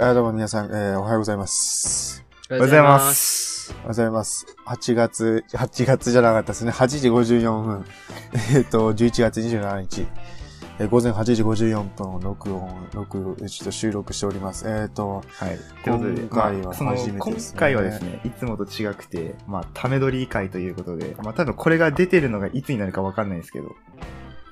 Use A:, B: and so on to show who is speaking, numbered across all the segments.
A: あどうも皆さん、えーおはようございます。
B: お
C: おはようございま。
A: お。
C: す
A: はようございます。8月、8月じゃなかったですね。8時54分。 えっと、11月27日。えー午前8時54分を録音、録、ちょっと収録しております。えっと、
C: はい。ということで、
A: 今回は
C: まあその
A: 初めてですね
C: 今回はですね、いつもと違くて、まあ、ため撮り会ということで、まあ、多分これが出てるのがいつになるかわかんないですけど、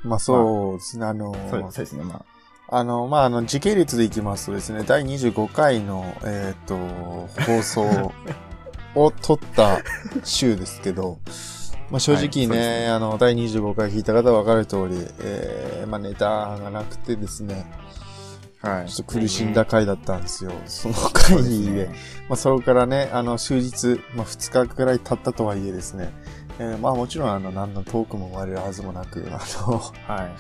A: まあそうですね、あのー
C: そうそうですね、ま
A: あの、まあ、あの、時系列でいきますとですね、第25回の、えっ、と、放送を撮った週ですけど、 まあ、正直
C: はいそう
A: ね、
C: ですね
A: あの、第25回聞いた方は分かる通り、えー、まあ、ネタがなくてですね、
C: あ、はい。
A: ちょっと苦しんだ回だったんですよ。その回
C: そうです
A: で、
C: ね
A: まあ、それからね、あの、終日、まあ、2日くらい経ったとはいえですね、えーまあ、もちろん、あの、何のトークも生まれるはずもなく、あの、
C: は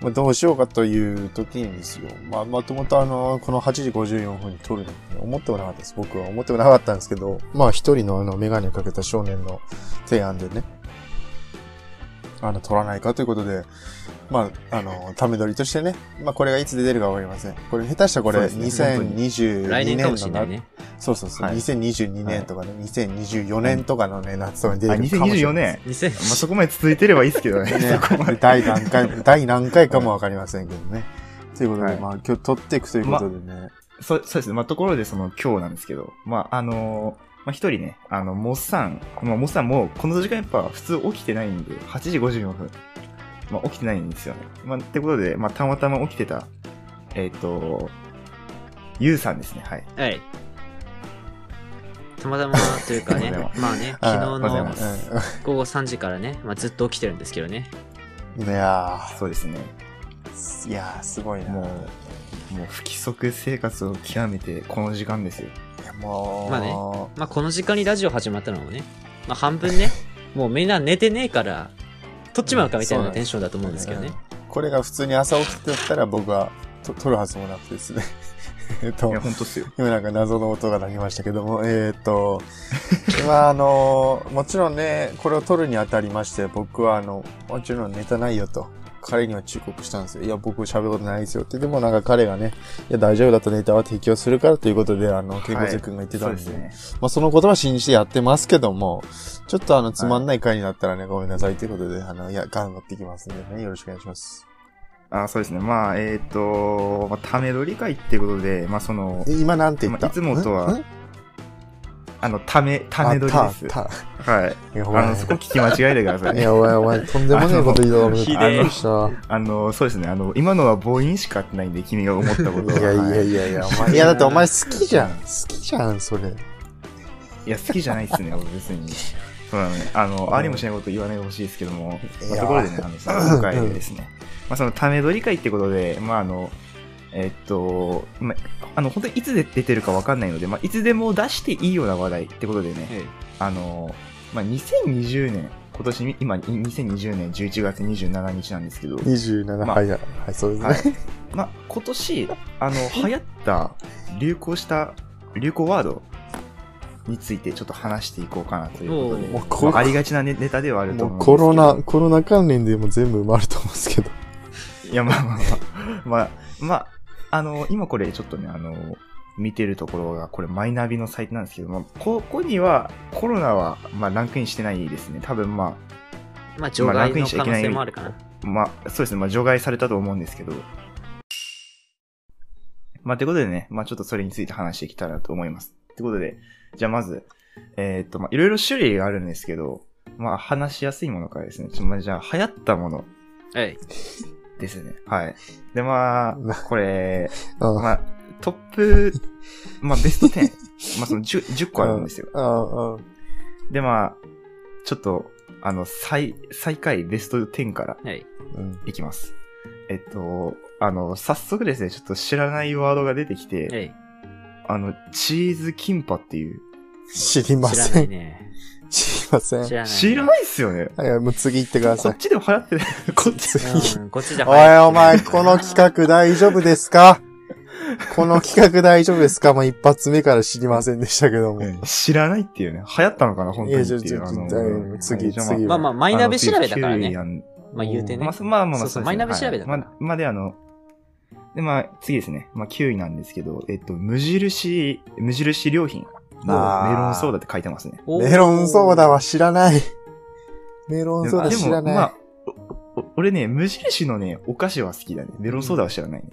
A: まあ、どうしようかという時にですよ。まあ、もともとあの、この8時54分に撮るなんて思ってもなかったです。僕は思ってもなかったんですけど、まあ一人のあの、メガネかけた少年の提案でね、あの、撮らないかということで、まあ、あの、ため撮りとしてね、まあこれがいつ出てるかわかりません。これ下手したらこれ
C: そうですね
A: 2022
B: 来
A: 年
B: 年かもし
A: の
B: れない
A: 夏、
B: ね。
A: そうそうそう、
C: はい
A: 2022年とかね、2024年とかのね、夏とかに
C: い。あ、
A: 出てるかもしれない。
C: 2024年。
B: 2000
C: まあ、そこまで続いてればいいですけどね。
A: ね、第何回、第何回かもわかりませんけどね。ということで、
C: はい
A: まあ今日撮っていくということでね。
C: そそうですね。まあ、ところで、その、今日なんですけど、まあ、あのーまあ、一人ね、あの、モッサン、まあ、モッサンも、この時間やっぱ普通起きてないんで、8時54分。まあ、起きてないんですよね。まあ、ってことで、まあ、たまたま起きてた、えっ、と、ゆうさんですね、はい。
B: はい。たまたまというかね
C: おはようございま、
B: まあね、
A: あ
B: 昨日
C: おはようご
B: の
C: ざいます
B: 午後3時からね、まあずっと起きてるんですけどね。
A: うんいや
C: そうですね。
A: ー、いやー、すごいな。
C: も
A: も
C: う、もう不規則生活を極めて、この時間ですよ。
A: う、いやもう、
B: まあねまあこの時間にラジオ始まったのもね、まあ半分ね、もうみんな寝てねえから、撮っちまうかみたいなテンションだと思うんですけどね。
A: これが普通に朝起きてたら僕はと撮るはずもなくてですね。 えっ
C: い
A: と
C: や、、ほんとっすよ。
A: 今なんか謎の音が鳴りましたけども、えっ、と、 まああの、もちろんね、これを撮るにあたりまして、僕はあの、もちろんネタないよと、彼には忠告したんですよ。いや、僕喋ることないですよって。でもなんか彼がね、いや、大丈夫だとネタは提供するからということで、あの、ケイコゼ君が言ってた
C: そうんで
A: で、
C: すね。
A: まあその言葉信じてやってますけども、ちょっとあの、つまんない回になったらね、ごめんなさいということで、あの、いや、頑張っていきますんでね、よろしくお願いします。
C: あ、そうですね。まあ、えっ、と、まあ、ため撮り会ってことで、まあ、その
A: え、今なんて言った、
C: まあいつもとは
A: んん
C: あの、ため、ため撮り
A: あ
C: です。
A: た、た。
C: はい。
A: いやお
C: あ
A: 前
C: の、そこ聞き間違えてくださ
A: い
C: い。
A: や、お前、お前、とんでもないこと言うだろ、
B: ひでえ
A: びっくりした
C: あの、そうですね。あの、今のは母音しか合ってないんで、君が思ったことは。
A: いやいや
C: はい
A: いやいや、お前。いや、だってお前好きじゃん。好きじゃん、それ。
C: いや好きじゃないっすね、俺別に。そうなのね。あの、ありもしないこと言わないでほしいですけども。
A: い
C: ま
A: や
C: あ、ところでね、あの、その今回ですね。まあ、その、ため撮り会ってことで、まあ、あの、えっと、まあ、あの、本当にいつで出てるかわかんないので、まあ、いつでも出していいような話題ってことでね。あの、まあ、2020年、今年み、今、2020年11月27日なんですけど、
A: 27、
C: まあ
A: はい、はい、はいそうですね。
C: はい。まあ、今年、あの、流行った、流行した、流行ワードについてちょっと話していこうかなということで、
B: おーもう
A: こ
C: まあ、ありがちなネネタではある
A: も
C: と思う
A: うん
C: ですけ
A: コ
C: ど。
A: ロナ、コロナ関連でもう全部埋まると思うんですけど。
C: いや、まあまあまあ、まあ、まあ、あの、今これちょっとね、あの、見てるところが、これマイナビのサイトなんですけども、ここにはコロナは、まあ、ランクインしてないですね。多分まあ、
B: まあ除外の可能性もあるかな。
C: まあ、そうですね。まあ、除外されたと思うんですけど。まあ、ということでね、まあ、ちょっとそれについて話していけたらなと思います。ということで、じゃあまず、えーっと、まあ、いろいろ種類があるんですけど、まあ、話しやすいものからですね。ちょまあ、じゃあ、流行ったもの
B: はい。
C: ですね。はい。で、まあ、これ、
A: うん
C: まあ、トップ、まあ、ベスト10。まあ、その 10, 10個あるんですよ。
A: うんうん
C: で、まあ、ちょっと、あの、最、最下位ベスト10から
B: はい。
A: うん。
C: いきます。えっと、あの、早速ですね、ちょっと知らないワードが出てきて、
B: はい。
C: あの、チーズキンパっていう、
A: 知りま
B: 知ら
A: せ
B: ない
A: ん。
B: ね。
A: 知りません。
B: 知らないね。
C: 知らないっすよね。
A: はい、もう次行ってくだ
C: こ
A: さい
C: っ。ちでも払ってない。こっち。
A: 次。
B: うん、こっちじ ゃ
A: おいお前、この企画大丈夫ですかこの企画大丈夫ですかまあ、一発目から知りませんでしたけども。
C: 知らないっていうね。流行ったのかな、本当にっていう。
A: いやちょちょ
C: あ
A: ち
C: の
A: ょ次
C: じゃ
A: 次
B: 画。まあまあ、マイナビ調べだから
C: あの次キュウリ
B: ね。
C: やん
B: まあ言うてね。
C: まあ、そまあまあまあ、
B: そうそ
C: ですね
B: うマイナビ調べだか
C: は
B: ら
C: いまあまあ、で、あの、で、まあ、次ですね。まあ、9位なんですけど、えっと、無印、無印良品の
A: あー
C: メロンソーダって書いてますね。
B: おー
A: メロンソーダは知らない。メロンソーダ
C: で
A: 知ら
C: も、
A: ない。
C: まあ、おお俺ね、無印のね、お菓子は好きだね。メロンソーダは知らないね。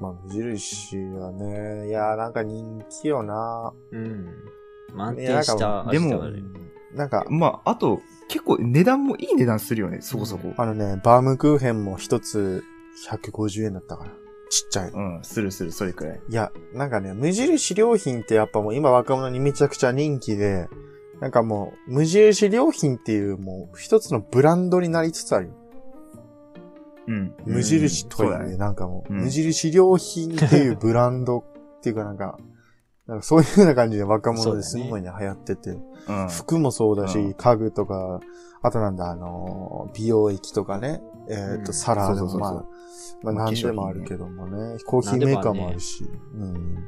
A: まあ、無印はね、いやー、なんか人気よな。
B: うん。満
A: いやなん
B: 点
A: か
B: した
C: で
B: 味で
C: も
B: はある。
A: なんか、
C: まあ、あと、結構値段もいい値段するよね、そこそこ。
A: あのね、バームクーヘンも一つ150円だったから。ちっちゃい。
C: うん、するする、それくらい。
A: いや、なんかね、無印良品ってやっぱもう今若者にめちゃくちゃ人気で、なんかもう、無印良品っていうもう一つのブランドになりつつある。
C: うん。
A: 無印という
C: そうだ
A: ね、
C: ね
A: なんかもう、
C: うん
A: 無印良品っていうブランドっていうかなんか、 なんかそういうような感じで若者ですごいね、流行ってて。
C: うん。
A: 服もそうだし、
C: うん
A: 家具とか、あとなんだ、あのー、美容液とかね、えっ、
B: う
A: と、
B: ん
A: サラーでも
C: そうそう
A: ま
C: そうそ
A: あ、まあ
C: まあ
A: 何でもあるけどもね、コーヒーメーカーもあるし、うん。
C: うん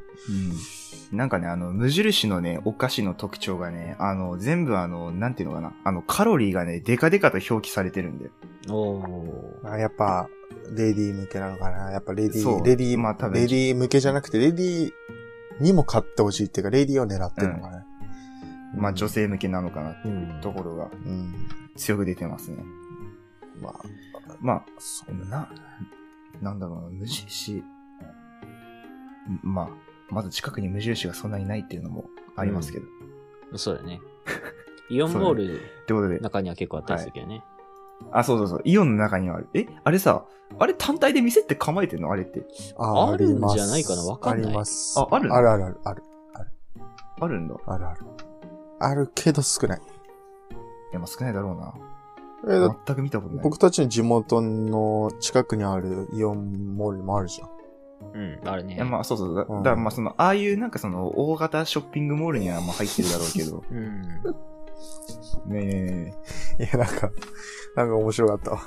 C: なんかね、あの、無印のね、お菓子の特徴がね、あの、全部あの、なんていうのかな、あの、カロリーがね、デカデカと表記されてるんで。
B: おー
A: あやっぱ、レディー向けなのかなやっぱレディ
C: そ
A: ー、
C: う
A: レディー、
C: まあ多分
A: レディー向けじゃなくて、レディーにも買ってほしいっていうか、レディーを狙ってるのかね。
C: まあ、女。性向けなのかな、
B: うん。
C: ところが
A: うん。
C: 強く出てますね。
A: まあ、
C: まあ、
A: そ
C: そんな、なんだろうな、無印。まあ、まず近くに無印がそんなにないっていうのもありますけど。
B: そうだね。イオンモール
C: ってことで、
B: 中には結構あったりするけどね。
C: あ、そうそうそう、イオンの中にはある。え、あれさ、あれ単体で店って構えてんのあれって。
A: あ
B: あるん
A: ります
B: じゃないかなわかんない
A: あります。
C: ああるの
A: あるあるある、ある、
C: あるんだ。い
A: あるある。あるけど少ない。
C: や、まあ少ないだろうな。
A: えーだって
C: 全く見たことない。
A: 僕たちの地元の近くにあるイオンモールもあるじゃん。
B: うん。ある
C: い
B: ね
C: や。まあそうそうだ、だ
A: うん
C: からまあそのああいうなんかその大型ショッピングモールにはまあ入ってるだろうけ ど
B: うん。
C: ねえねえね
A: いや、なんか、なんか面白かったわ。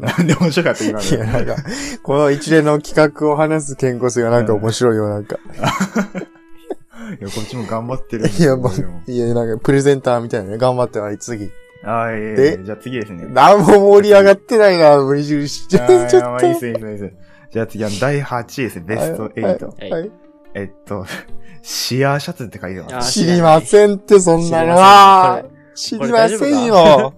C: えなんで面白かった今
A: いや、なん
C: の
A: か、この一連の企画を話す健康性がなんか面白いよ、なんか。
C: いやこっちも頑張ってるんだ
A: いや、ま
C: でも
A: あ、いや、なんか、プレゼンターみたいなね、頑張ってない、 次。
C: あーいやいや
A: で
C: じゃあ次ですね
A: 何も盛り上がってないな、無理印。ちょ
C: あ
A: っ
C: ー
A: と、ちょっ
C: まあ
A: と。
C: いいですいいですいいですじゃあ次は第8位ですねベスト
A: はい
C: 8
A: はいはい
C: えっとシアーシャツって書いて
B: あ
C: ま
B: ー
C: す
A: 知りませんって、そんなのは。知
B: り
A: り
B: ま
A: ま
B: せんこれ
A: せんよ。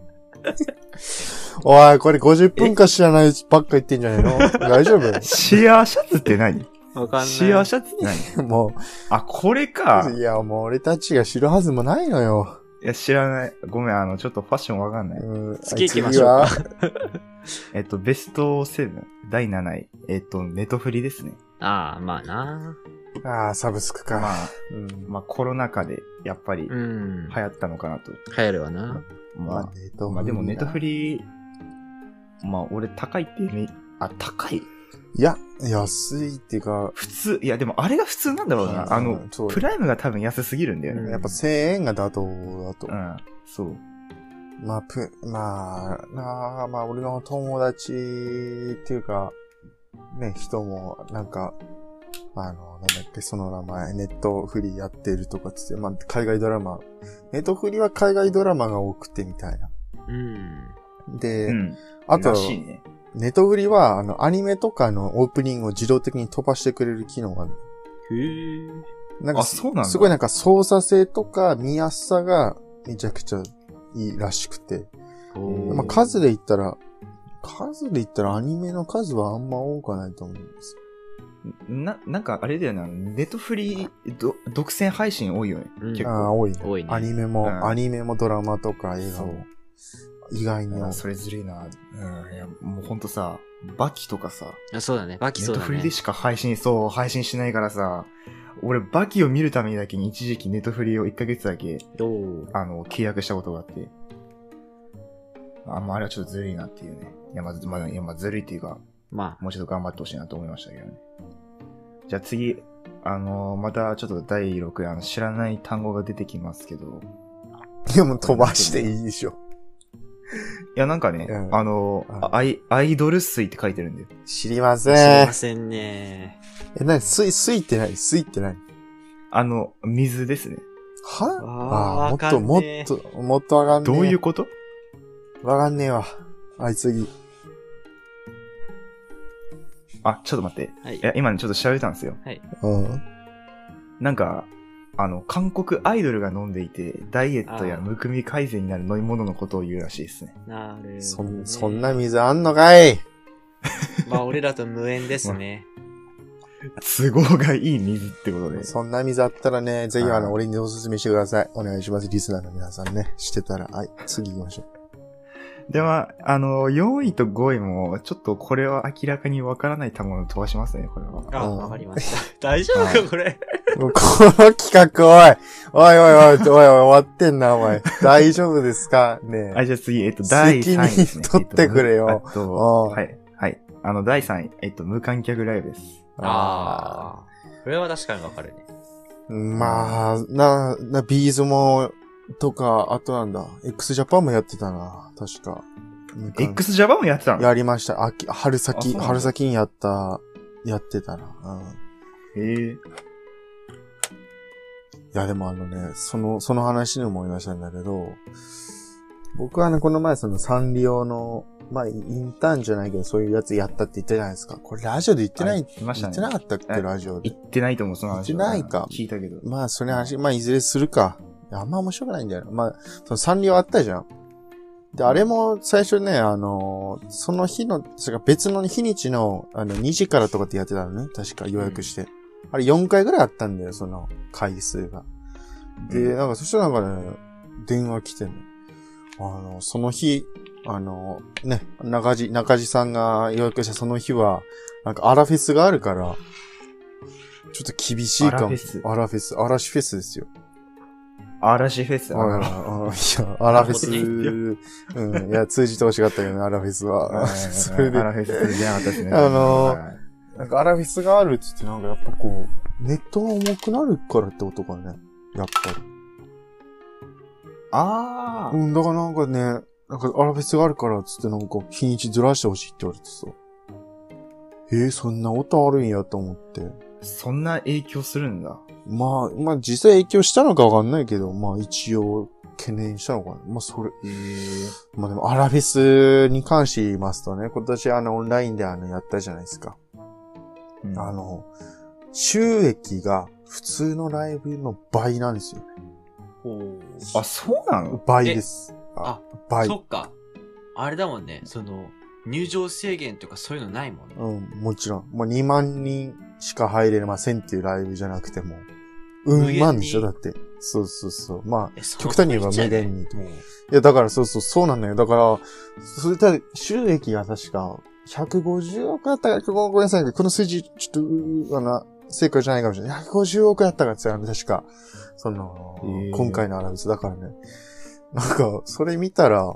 A: おい、これ50分か知らないばっか言ってんじゃないの大丈夫
C: シアーシャツって何
B: わかんない。
C: シアーシャツって何
A: もう、
C: あこれか
A: いや、もう俺たちが知るはずもないのよ。
C: いや知らないごめんあのちょっとファッションわかんない
A: うん、
B: 次行きましょうか
A: 次は
C: えっとベスト7第7位えっとネトフリですね
B: ああ、まあな。
A: ああ、サブスクか。
C: まあ
A: うん、
C: まあコロナ禍でやっぱり
B: う
C: 流
B: ん。
C: 行ったのかなと。
B: 流行るわな。
A: まあ、
C: ま
A: ネッ
C: あ、
A: ト
C: まあでもネットフ
A: リ
C: リまあ俺高いってめ、あ、高い
A: いや、安いっていうか、
C: 普通、いやでもあれが普通なんだろう
A: う
C: な。
A: ん
C: あの
A: そう、
C: プライムが多分安すぎるんだよ
B: うん
C: ね。
A: やっぱ1000円が妥当だと
C: う。ん、そう。
A: まあ、プ、まあ、なあ、まあ俺の友達っていうか、ね、人も、なんか、あの、なんだっけ、その名前、ネットフリやってるとかっつって、まあ、海外ドラマ、ネットフリは海外ドラマが多くてみたいな。
B: うん。
A: で、
C: うん。
A: あと
C: ら、しいね。
A: ネトフリは、あの、アニメとかのオープニングを自動的に飛ばしてくれる機能がある。
B: へー
A: なんか
C: あそうなんだ
A: すごいなんか操作性とか見やすさがめちゃくちゃいいらしくて。
C: おー
A: まあ、数で言ったら、数で言ったらアニメの数はあんま多くはないと思うんです
C: な、なんかあれだよな、ネットフリど独占配信多いよね。
B: うん
C: 結
A: よ。
C: 構。
A: ああー、多いね。
B: 多いね
A: アニメも、
C: うん
A: アニメもドラマとか映画も。意外に
C: あ
A: 多
C: ー
A: い
C: それずるいな。うん、いや、もうほんとさ、バキとかさ、
B: あそうだね。バキ
C: ネ
B: そ
C: ッ
B: う
C: ト
B: だ
C: フリ
B: ね
C: で。しか配信、そう、配信しないからさ、俺、バキを見るためにだけに一時期ネットフリを1ヶ月だけ、
B: おおー。
C: あの、契約したことがあって、あ、まあ、あれはちょっとずるいなっていうね。いや、まず、まあ、いや、まあ、ずるいっていうか、
B: まあ、
C: もうちょっと頑張ってほしいなと思いましたけどね。じゃあ次、あの、またちょっと第6案、知らない単語が出てきますけど、
A: いや、もう飛ばしていいでしょ。
C: いや、なんかね、
A: うん
C: あの、
A: は
C: アイ、アイドル水って書いてるんだよ。
A: 知ります
B: い
A: せん
B: ま。せんね。
A: え、なに、水、水ってない水ってない
C: あの、水ですね。
A: は
B: あー
A: あーも
B: わ
A: っ
B: かんねえ
A: と、もっと、もっとわかんねえ。
C: どういうこと
A: わかんねえわ。はい、次。
C: あ、ちょっと待って。
B: はい
C: い。や、今ね、ちょっと調べたんですよ。
A: うん。
C: なんか、あの、韓国アイドルが飲んでいて、ダイエットや
B: あー
C: むくみ改善になる飲み物のことを言うらしいですね。
B: なるほどね
A: そん、そん。な水あんのかい
B: まあ、俺らと無縁ですね。
C: 都合がいい水ってことで。
A: そんな水あったらね、ぜひあ
C: あー
A: の、俺におすすめしてください。お願いします。リスナーの皆さんね。してたら。はい、次行きましょう。
C: では、あの、4位と5位も、ちょっとこれは明らかにわからない球を飛ばしますね、これは。
B: あ、
A: うん
B: わかりました。大丈夫か、これ。
A: もうこの企画、おい。おいおいおい、おいおい、終わってんな、お前。大丈夫ですかね
C: あ、じゃあ次、えっと、第3位ですね。
A: 責任取ってくれよ
C: えっとあと
A: おう
C: はい。はい。あの、第3位、えっと、無観客ライブです。
A: あ
B: ああ。これは確かにわかるね。
A: ーまあ、な、な、ビーズも、とか、あとなんだ。x ジャパンもやってたな、確か。
C: x ジャパンもやってたのへ
A: やりました。秋、春
C: あそう
A: 先、
C: なんだ
A: 春先にやった、やってたな。
C: え。
A: うん。いや、でもあのね、その、その話に思い出したんだけど、僕はね、この前そのサンリオの、まあ、インターンじゃないけど、そういうやつやったって言ったじゃないですか。これラジオで言ってない、
C: あ言ってました
A: 言
C: ね
A: ってなかったっ
C: は
A: け、
C: い
A: ラジオで
C: 行。ってないと思う、その話は。
A: 行ってないか
C: 聞いたけど。
A: まあ、それ話、まあ、いずれするか。いやあんま面白くないんだよな。まあ、そのサンリオあったじゃん。で、あれも最初ね、あのーその日の、それか別の日にちの、あの、2時からとかってやってたのね。確か予約して。あれ4回ぐらいあったんだよ、その回数が。で、
C: うん
A: なんかそしたらなんかね、電話来てね。あの、その日、あの、ね、中地、中地さんが予約したその日は、なんかアラフェスがあるから、ちょっと厳しいかも。
C: アラフェス
A: アラフェス、嵐フェスですよ。
C: 嵐フェス。あ
A: ああ
C: の
A: いや、アラフェス、
B: そ
A: うん、いや、通じてほしかったけどね、アラフェスは。それで
C: ア、ラフェスじゃなかったですね。
A: あの
C: はい
A: なんかアラフェスがあるって言って、なんかやっぱこう、ネットが重くなるからってことかね。やっぱり。
C: あー
A: うん、だからなんかね、なんかアラフェスがあるからって言って、なんか日にちずらしてほしいって言われてさ。えー、そんなことあるんやと思って。
C: そんな影響するんだ。
A: まあ、まあ実際影響したのかわかんないけど、まあ一応懸念したのかな。まあそれ、
C: へー
A: まあでもアラフェスに関して言いますとね、今年あのオンラインであのやったじゃないですか。
C: うん
A: あの、収益が普通のライブの倍なんですよ。
C: あ、そうなの
A: 倍です。
D: あ、
A: 倍。
D: そっか。あれだもんね、その、入場制限とかそういうのないもんね。
A: うん、もちろん。もう2万人しか入れませんっていうライブじゃなくても、うん、万でしょ、だ
D: 無
A: って。そうそうそう。まあ、
D: え、そ
A: 極端に言えば無限に。いや、だからそうそう、そうなんだよ。だから、それただ収益が確か、150億だったから、ごめんなさい、この数字、ちょっと、あの、正解じゃないかもしれない。150億だったからさ、確か、その
C: へ、ー
A: 今回のアラビスだからね。なんか、それ見たら、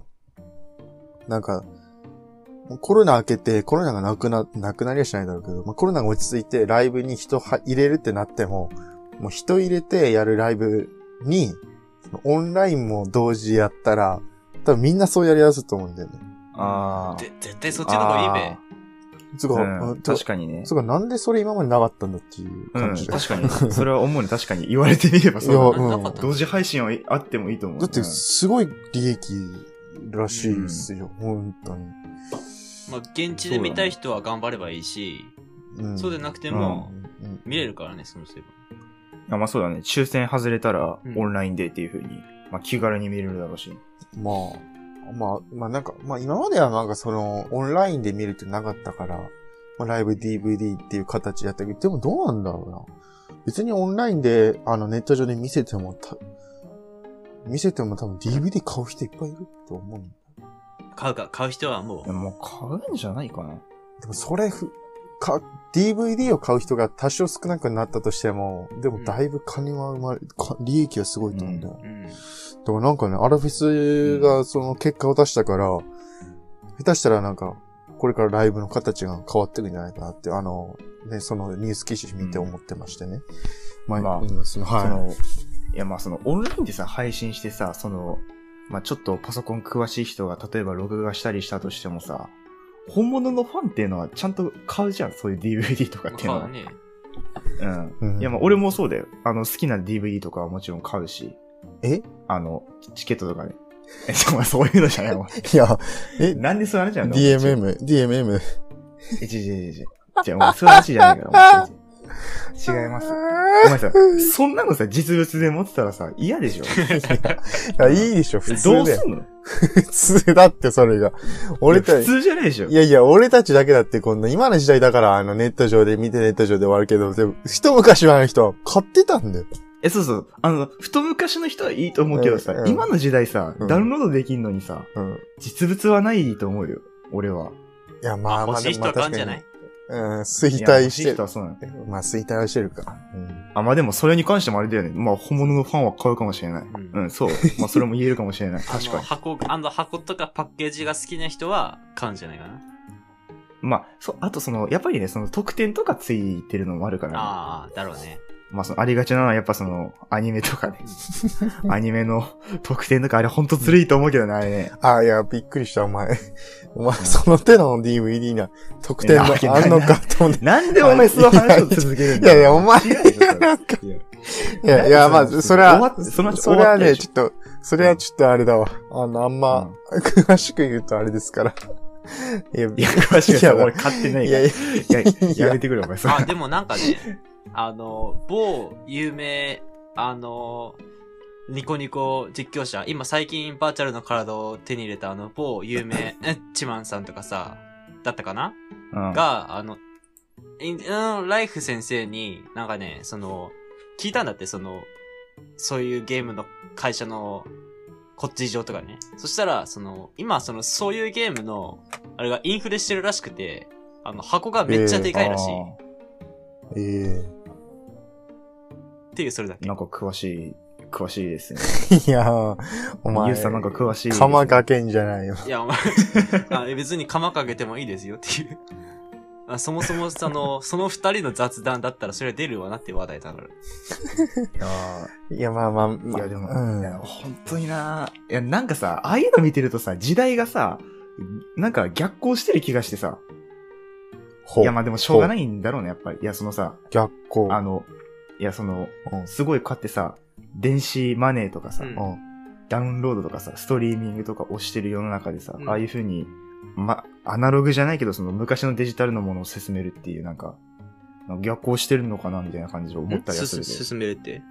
A: なんか、コロナ明けて、コロナがなくな、なくなりはしないだろうけど、まあ、コロナが落ち着いて、ライブに人は入れるってなっても、もう人入れてやるライブに、そのオンラインも同時やったら、多分みんなそうやりやすいと思うんだよね。
C: あー
D: ぜ絶対そっちの方がいいべ。
A: つうか、
C: うん。確かにね。
A: そうか、なんでそれ今までなかったんだっていう
C: う
A: 感
C: ん、
A: じで。
C: 確かに。それは思うね。確かに。言われてみればそ うだ
A: い
C: ね。
A: や
D: なかった
C: 同時配信はあってもいいと思う。
A: だって、
C: うん
A: すごい利益らしいですよ、本当に。
D: まあ、現地で見たい人は頑張ればいいし、
A: うん
D: そうでなくても、
A: うんうん
D: 見れるからね、そのせい
C: あまあそうだね。抽選外れたら
D: う、ん
C: オンラインでっていうふうに、まあ気軽に見れるだろうし。
A: まあ、まあ、まあなんか、まあ今まではなんかその、オンラインで見るってなかったから、まあライブ DVD っていう形だったけど、でもどうなんだろうな。別にオンラインで、あのネット上で見せてもた、見せても多分 DVD 買う人いっぱいいると思う。
D: 買うか、買う人はも
C: でももう買うんじゃないかな。
A: でもそれふ、か、DVD を買う人が多少少なくなったとしても、でもだいぶ金は生まれ、か利益はすごいと思うんだよ。
D: う、うん。
A: でもなんかね、アラフィスがその結果を出したから、下手したらなんか、これからライブの形が変わっていくんじゃないかなって、あの、ね、そのニュース記事見て思ってましてね。ま
C: まあ
A: うんその
C: そ
A: は
C: の、いやまあそのオンラインでさ、配信してさ、その、まあちょっとパソコン詳しい人が例えば録画したりしたとしてもさ、本物のファンっていうのはちゃんと買うじゃん、そういう DVD とかっていうの
D: ま
C: は。
D: あね。
C: うん。
A: い。うん
C: いやまあ俺もそうだよ。あの好きな DVD とかはもちろん買うし。
A: え
C: あの、チケットとかね。え、ちょ、まあそういうのじゃないわ。
A: いや、え、
C: なんでそうあれじゃん。
A: DMM、DMM。
C: え、ちょちょちょちょ。じゃあもうそういう話じゃないから。もう違う違う違います。お前さ、そんなのさ、実物で持ってたらさ、嫌で しょ。
A: いや、いいでしょ、普
C: ど
A: 通
C: う
A: で。
C: すんの
A: 普通だって、それが。俺た
C: 普通じゃないでしょ
A: い。やいや、俺たちだけだってこんな、今の時代だから、あの、ネット上で見てネット上で終わるけど、でも、一昔前の人は買ってたんだよ。
C: え、そうそう。あの、太昔の人はいいと思うけどさ、
A: うん
C: 今の時代さ、
A: うん
C: ダウンロードできんのにさ、
A: うん。
C: 実物はないと思うよ。俺は。
A: いや、まあ、ま
D: 欲
A: あ、
D: しい
A: で
D: 人
A: もまあ
D: は買う
A: 確
D: ん
A: か
D: じ
A: に
D: ゃない。
A: うん、衰退し
C: いや
A: て
C: 欲い人
A: る。
C: はそうなの。
A: まあ、衰退はしてるか。うん。
C: あ、まあでもそれに関してもあれだよね。まあ本物のファンは買うかもしれない。
D: うん
C: うん、そう。まあそれも言えるかもし れない。確
D: あ
C: か
D: の
C: に。
D: 箱、あの箱とかパッケージが好きな人は買うんじゃないかな。
C: まあ、そう、あとその、やっぱりね、その特典とかついてるのもあるからね、
D: ああ、だろうね。
C: まあその、ありがちなのはやっぱその、アニメ とかね。アニメの特典とか、あれほんとずるいと思うけどね、あれね。
A: あいや、びっくりした、お前。 お前、その手の DVD な、特典
C: いやわけ
A: が
C: ない
A: あんのかと 思って。
C: なんでお前その話を続けるん
A: い
C: だ
A: やい
C: よ。
A: や、お前、
C: 違うでしょそれ
A: なんか、
C: いや
A: いや、いや、まあ、それ
C: 終わ
A: は
C: っ、その話
A: それは
C: 終わったで
A: ね、ち
C: し
A: ょっと、それはちょっとあれだわ。あの、あんま、詳しく言うとあれですから。 いや、
C: いや、詳しく
A: い
C: は
A: や
C: 俺買ってない
A: い
C: か
A: や
C: ら。
A: い
C: い
A: や、
C: や、
A: いや
C: やめてくれ、お前それ。
D: あ、でもなんかね、あの、某有名、あの、ニコニコ実況者、今最近バーチャルの体を手に入れたあの某有名、えチマンさんとかさ、だったかな
C: うん
D: が、あの、インうんライフ先生に、なんかね、その、聞いたんだって、その、そういうゲームの会社の、こっち上とかね。そしたら、その、今、その、そういうゲームの、あれがインフレしてるらしくて、あの、箱がめっちゃでかいらしい。
C: あ
D: っ
A: ええ
D: ていう、それだけ。
C: ーなんか詳しい、詳しいですね。
A: いやー、お前。
C: ゆうさんなんか詳しいですね。
A: 釜かけんじゃないよ。
D: いや、お前あ、別に釜かけてもいいですよっていう。あそもそも、その、その二人の雑談だったら、それは出るわなって話題だから。
C: いやー
A: いや、まあまあ、
C: い
A: まあ
C: やでも、
A: うん
C: いや本当にないやなんかさああいうの見てるとさ時代がさなんか逆行してる気がしてさ
A: ほ
C: いうやまあでもしょうがないんだろうねやっぱりいやそのさ
A: 逆光。
C: あのいやその
A: うん
C: すごい買ってさ電子マネーとかさ、
D: うん
A: うん
C: ダウンロードとかさストリーミングとか押してる世の中でさ、
D: うん
C: ああいう風にまアナログじゃないけどその昔のデジタルのものを進めるっていうなんかなんか逆行してるのかなみたいな感じを思ったりはするけど
B: 進めるって。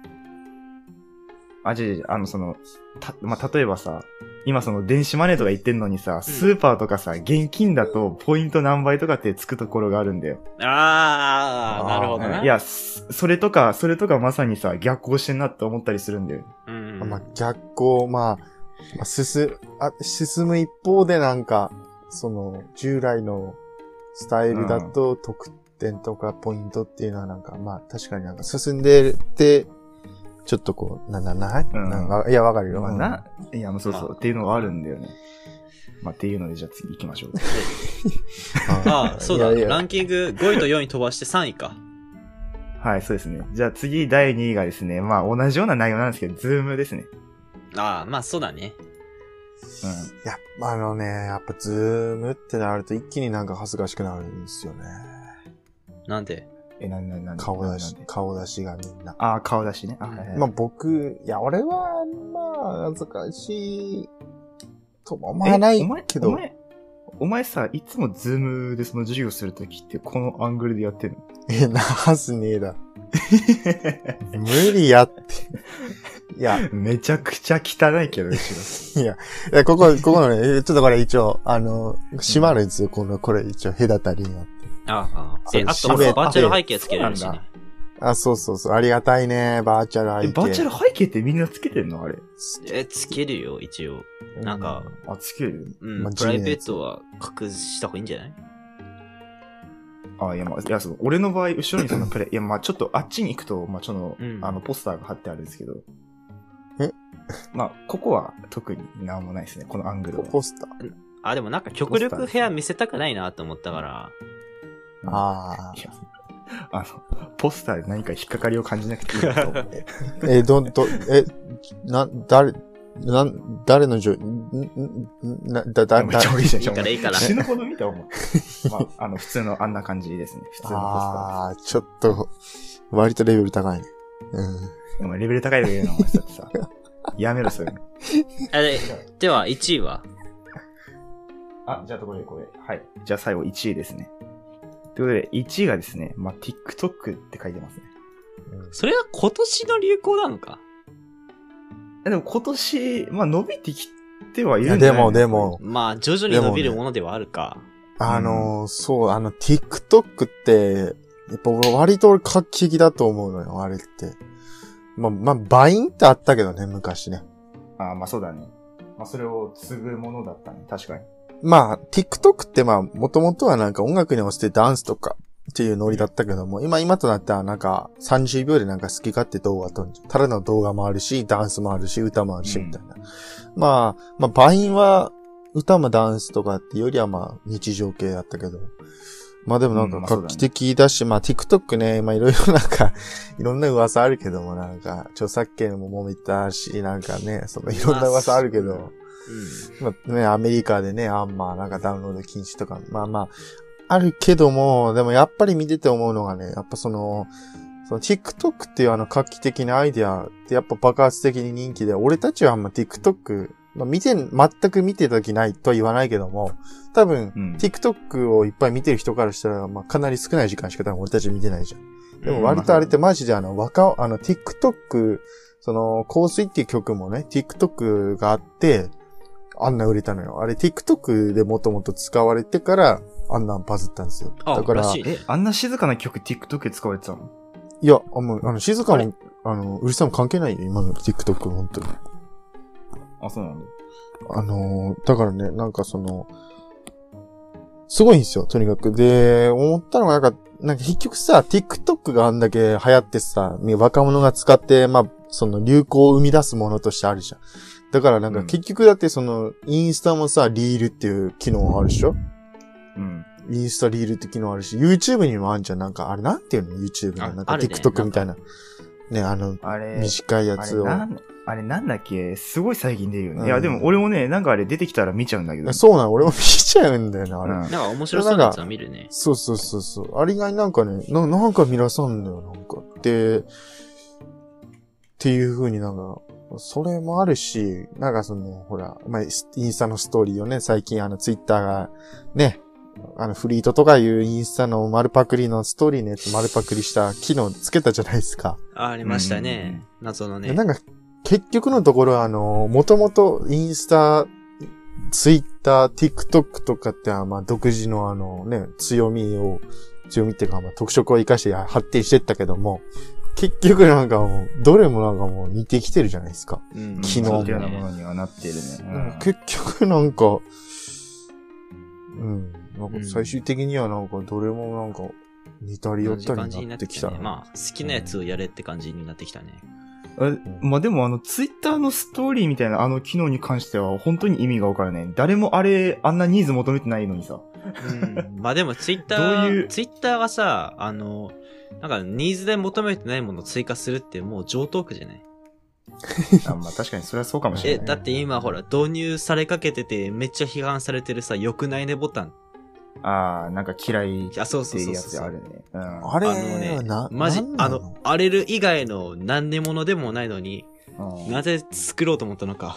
C: あ、じゃじゃあの、その、た、まあ、例えばさ、今その電子マネーとか言ってんのにさ、スーパーとかさ、現金だとポイント何倍とかってつくところがあるんだよ。
B: あ
A: あ
B: あ、
A: ー
B: なるほどな。
C: いや、そそれとか、それとかまさにさ、逆行してんなって思ったりするんだよ。
D: うん、
A: まあ、逆光、まあ、まあ、進、あ、進む一方でなんか、その、従来のスタイルだと、得点とかポイントっていうのはなんか、まあ、確かになんか進んでて、ちょっとこう、なんだない、
C: うん
A: なんかいや、わかるよ。
C: まあ、
A: うん
C: な、いや、もうそうそう、
D: まあ
C: っていうのがあるんだよね。まあ、っていうので、じゃあ次行きましょう。
A: うん
B: ああ、そうだ。
A: いやいや
B: ランキング5位と4位飛ばして3位か。
C: はい、そうですね。じゃあ次、第2位がですね、まあ、同じような内容なんですけど、ズームですね。
B: ああ、まあそうだね。
C: うん。
A: いや、あのね、やっぱズームってなると一気になんか恥ずかしくなるんですよね。
B: なんで
C: え、なんでなんでなんで
A: 顔出
C: なん
A: し
C: で、
A: 顔出しがみんな。
C: あー、顔出しね。あ、はいはい
A: まあ僕、いや、俺は、まあ、恥ずかしいとも思
C: え
A: わない
C: お前
A: け
C: お
A: ど、
C: 前お前さ、いつもズームでその授業するときってこのアングルでやってるの
A: え、なはずねえだ。 無理やって。いや、
C: めちゃくちゃ汚いけど、後ろ。
A: いやここ、ここのね、えちょっとこれ一応、あの、閉まるんですよ、この、これ一応隔たりになって。
B: ああ、
A: そう
B: え、あ
A: 締
B: と
A: め
B: バーチャル背景つけれるし
C: あそう
B: ね
C: な。
A: あ、そうそうそう、ありがたいね、バーチャル
C: え、
A: 相手。
C: バーチャル背景ってみんなつけてんのあれ。
B: え、つけるよ、一応。
A: ル
B: なんか、
C: あ、つける
B: うん、
A: まあ
B: プライベートは隠した方がいいんじゃない
C: あ、いや、まあ、いや、その、俺の場合、後ろにそのプレイ、いや、まあ、ちょっとあっちに行くと、まあ、ちょっと、
B: うん
C: あの、ポスターが貼ってあるんですけど。
A: え
C: まあ、ここは特になんもないですね、このアングルは。
A: ポスター。
B: あ、でもなんか極力部屋見せたくないなと思ったから。
A: ああ
C: い。やあの、ポスターで何か引っかかりを感じなくていいなと思って。
A: え、ど、ど、え、な、誰、なん、誰のじょ、ん、ん、んな、だ、だ、だ、
C: いい
B: いいからいいから
C: 死ぬほど見た思う。まあ、あの、普通のあんな感じですね。普通のポスター。
A: ああ、ちょっと、割とレベル高いね。うん。
C: でもレベル高いレベルの話だってさ。やめろ、それ。
B: あれ、では1位は
C: あ、じゃあところでこれ。はい。じゃあ最後1位ですね。ということで、1位がですね、まあ、TikTok って書いてますね。
B: それは今年の流行なのか
C: でも今年、まあ、伸びてきてはい
A: い
C: る
A: や、
C: んじ
A: で
C: ゃない
A: も、で
C: も、
A: も、
B: まあ、徐々に伸びるものではあるか。
A: あのー、そう、あの、TikTok って、やっぱ俺割と俺画期的だと思うのよ、あれって。まあ、まあ、バインってあったけどね、昔ね。
C: あーまあ、そうだね。まあ、それを継ぐものだったね。確かに。
A: まあ、TikTok ってまあ、もともとはなんか音楽に応じてダンスとかっていうノリだったけども、今、今となってはなんか30秒でなんか好き勝手動画撮る。ただの動画もあるし、ダンスもあるし、歌もあるし、
C: うん
A: みたいな。まあ、まあ、バインは歌もダンスとかってよりはまあ、日常系だったけど。まあでもなん
C: う
A: か
C: んまあそうだ
A: 画
C: ね
A: 期的だし、まあ TikTok ね、まあいろいろなん か、いろんな噂あるけども、なんか、著作権も揉めたし、なんかね、そのいろんな噂あるけど。まあね、アメリカでね、あんまなんかダウンロード禁止とか、まあまあ、あるけども、でもやっぱり見てて思うのがね、やっぱその、その TikTok っていうあの画期的なアイディアってやっぱ爆発的に人気で、俺たちはあんま TikTok、まあ見てん、全く見てた気ないとは言わないけども、多分、
C: うん。
A: TikTok をいっぱい見てる人からしたら、まあかなり少ない時間しか多分俺たち見てないじゃん。
B: うん。
A: でも
B: うん
A: 割とあれってマジであの、若、あの、TikTok、その、香水っていう曲もね、TikTok があって、あんな売れたのよ。あれ TikTok でもともと使われてから、あんなんバズったんですよ。
B: あ
A: だから、
B: らしい
A: い
B: ね
C: え、あんな静かな曲 TikTok で使われてたの
A: や、あもうあの、静か
B: あ
A: も、あの、うるさも関係ないよ、今の TikTok、本当に。
C: あ、そうなんだ。
A: あのーだからね、なんかその、すごいんですよ、とにかく。で、思ったのが、なんか、なんか結局さ、TikTok があんだけ流行ってさ、若者が使って、まあ、その流行を生み出すものとしてあるじゃん。だからなん
C: う
A: か
C: ん
A: 結局だってその、インスタもさ、リールっていう機能あるでしょ
C: うん。
A: インスタリールって機能あるし、YouTube にもあるじゃん。なんか、あれなんていうの ?YouTube の。
B: あ
A: なんか
B: あるね
A: TikTok みたいな。ね、あの、
C: あれ、
A: 短いや
C: あれ
A: つを。
C: なん、あれなんだっけすごい最近出るよね。
A: うん
C: いや、でも俺もね、なんかあれ出てきたら見ちゃうんだけど。
A: そうなの、俺も見ちゃうんだよな、あ
C: う
A: れ。
C: ん
B: なんか面白そうなやつは見るね。
A: そうそうそうそう。あれ以外になんかね、ななんか見らさんだよ、なんか。で、っていう風になんか、それもあるし、なんかその、ほら、まあ、インスタのストーリーをね、最近あの、ツイッターが、ね、あの、フリートとかいうインスタの丸パクリのストーリーのやつ丸パクリした機能つけたじゃないですか。
B: あありましたね。謎のね。
A: なんか、結局のところ、あの、もともとインスタ、ツイッター、TikTok とかって、まあ、独自のあのね、強みを、強みっていうか、まあ、特色を生かしてや発展してったけども、結局なんかもう、どれもなんかもう似てきてるじゃないですか。
B: うん
A: 昨日もね
C: そういうようなものにはなってるね。うん
A: 結局なんか、うん、なん
B: う
A: か
B: ん
A: 最終的にはなんかどれもなんか似たり寄
B: 同
A: っ
B: じ
A: た
B: 感
A: り
B: じ
A: に
B: に
A: な
B: な
A: っ
B: ってて
A: き
B: き
A: た
B: た
A: な
B: ね。まあ、好きなやつをやれって感じになってきたね。
C: えまあでもあの、ツイッターのストーリーみたいなあの機能に関しては本当に意味がわからない。誰もあれ、あんなニーズ求めてないの にさ。
B: うんまあでも、ツイッタ
C: どうい
B: ー、
C: う
B: ツイッターがさ、あの、なんかニーズで求めてないものを追加するってもう上等句じゃない
C: あまあ確かにそれはそうかもしれ
B: え、
C: ない。
B: だって今ほら、導入されかけてて、めっちゃ批判されてるさ、良くないねボタン。
C: ああ、なんか嫌いっ
B: あ、そうそ
C: て
B: う
C: い
B: そうう
C: やつ
B: そう
C: あるね。うん
A: あれ
B: あのね
A: な、
B: マジ
A: なん、な
B: あの、荒れる以外の何年ものでもないのに、
C: うん
B: なぜ作ろうと思ったのか。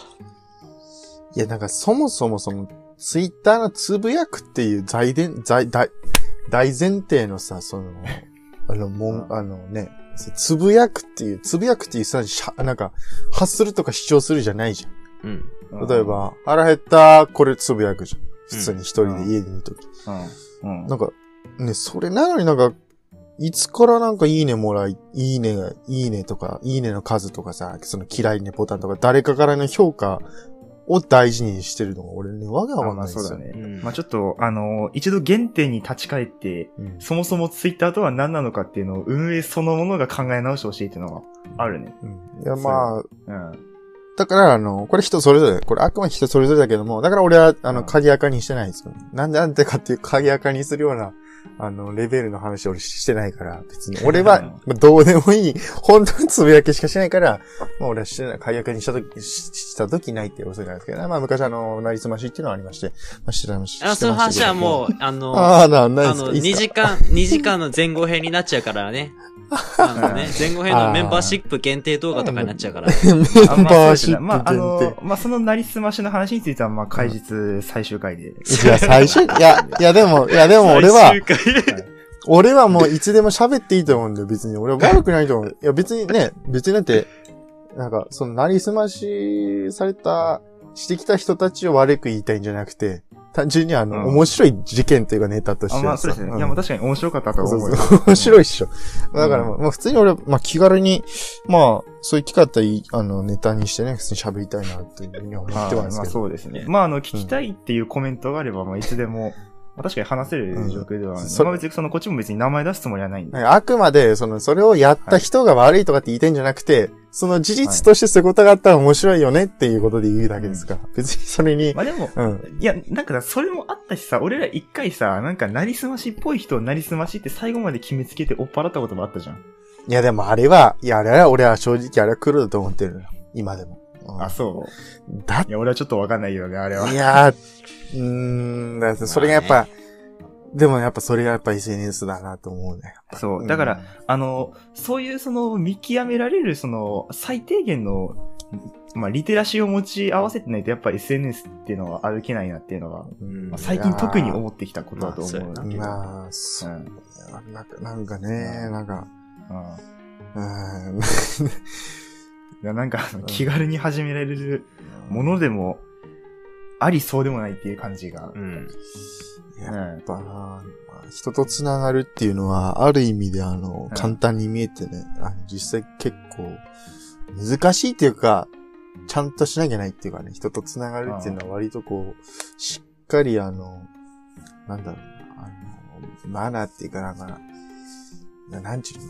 A: いや、なんかそもそもその、ツイッターのつぶやくっていう財前、財、大、大前提のさ、その、あの、もん、
C: うん
A: あのね、つぶやくっていう、つぶやくっていうさ、しゃなんか、発するとか主張するじゃないじ
B: うん。
A: ゃん。例え、ば、腹減った、これつぶやくじゃん。普通に一人で家にいるとき。
C: うん。うん
A: なんか、ね、それなのになんか、いつからなんかいいねもらい、いいねが、いいねとか、いいねの数とかさ、その嫌いねボタンとか、誰かからの評価を大事にしてるのが俺ね、わがわ
C: あ
A: かん
C: ま
A: ない
C: あ
A: んです
C: そ
A: よ。
C: うだね。
B: うん
C: まあちょっと、あの、一度原点に立ち返って、
A: うん
C: そもそもツイッターとは何なのかっていうのを運営そのものが考え直してほしいっていうのがあるね。
A: うんいや、まあ、
C: うん。
A: だから、あの、これ人それぞれ、これあくまで人それぞれだけども、だから俺は、あ
C: う
A: の、
C: ん
A: 鍵垢にしてないんですよ。なんでなんでかっていう鍵垢にするような、あの、レベルの話を俺してないから、別に。俺は、まあどうでもいい、本当につぶやきしかしないから、まあ俺はしてない、鍵垢にしたとき、ししたときないって恐れないですけどね。まあ昔あの、なりすましっていうのはありまして、まあしてたし。
B: あの、その話は
A: う、
B: もう、あの、
A: ああ、な、ない
B: あ
A: ですか
B: の、
A: いいで
B: 2
A: すか
B: 時間、2時間の前後編になっちゃうからね。あのね、前後編のメンバーシップ限定動画とかになっちゃうから。
A: メン
C: あまあ
A: バー
C: そう
A: シッ
C: ですねまあ、あ
A: プ限
C: の
A: 定。、
C: まあ、そのなりすましの話については、まあ、解説最終回で。
A: いや、最初、いや、いやでも、いやでも俺は
B: 最、終回
A: 俺はもういつでも喋っていいと思うんだよ、別に。俺は悪くないと思う。 いや、別にね、別にだって、なんか、その、なりすましされた、してきた人たちを悪く言いたいんじゃなくて、単純にあの、
C: うん
A: 面白い事件というかネタとして
C: あ、
A: さ。
C: まあ、そうですね。
A: ん
C: いや、まあ、確かに面白かったと思
A: そうう
C: よ。
A: そう。 面白いっしょ。
C: うん
A: だから、まあまあ、普通に俺は、まあ、気軽に、まあ、そういう機会あったらいい、あの、ネタにしてね、普通に喋りたいな、っていうふうには思っては
C: あ
A: ます
C: まあ
A: けど。
C: そうですね。まあ、あの、聞きたいっていうコメントがあれば、まあ、いつで も、まあ確かに話せる状況ではあ
A: う
C: るん
A: ん
C: で、
A: そ
C: まあ、別にその、こっちも別に名前出すつもりはないんで。
A: なんかあくまで、その、それをやった人が悪いとかって言いたいんじゃなくて、その事実としてそういうことがあったら面白いよねっていうことで言うだけですから。別にそれに、
C: まあ、でも、
A: うん。
C: いや、なんかさ、それもあったしさ、俺ら一回さ、なんか、なりすましっぽい人をなりすましって最後まで決めつけて追っ払ったこともあったじゃん。
A: いやでもあれは、いやあれは俺は正直あれは黒だと思ってるのよ今でも。うん
C: あ、そう。
A: だっ
C: いや、俺はちょっとわかんないよね、あれは。
A: いやー、うーん、だってそれがやっぱ、でもやっぱそれがやっぱ SNS だなと思うね。
C: そうう。
A: ん
C: だから、、あの、そういうその見極められるその最低限の、まあ、リテラシーを持ち合わせてないとやっぱ SNS っていうのは歩けないなっていうのは、
A: うん
C: まあ最近特に思ってきたことだと思うんだけど。
A: まあ、そうう、
C: ん
A: なんか、なんかね、なんか、
C: うん
A: うーん、
C: いやなんかあの気軽に始められるものでも、ありそうでもないっていう感じが。
B: うん。
A: いや
C: う
A: や
C: ん
A: っぱな、まあ人とつながるっていうのは、ある意味であの
C: ん、
A: 簡単に見えてね、あの実際結構、難しいっていうか、ちゃんとしなきゃいけないっていうかね、人とつながるっていうのは割とこう、しっかりあの、なんだろうな、あの、マナーっていうかなんか、ななんちゅう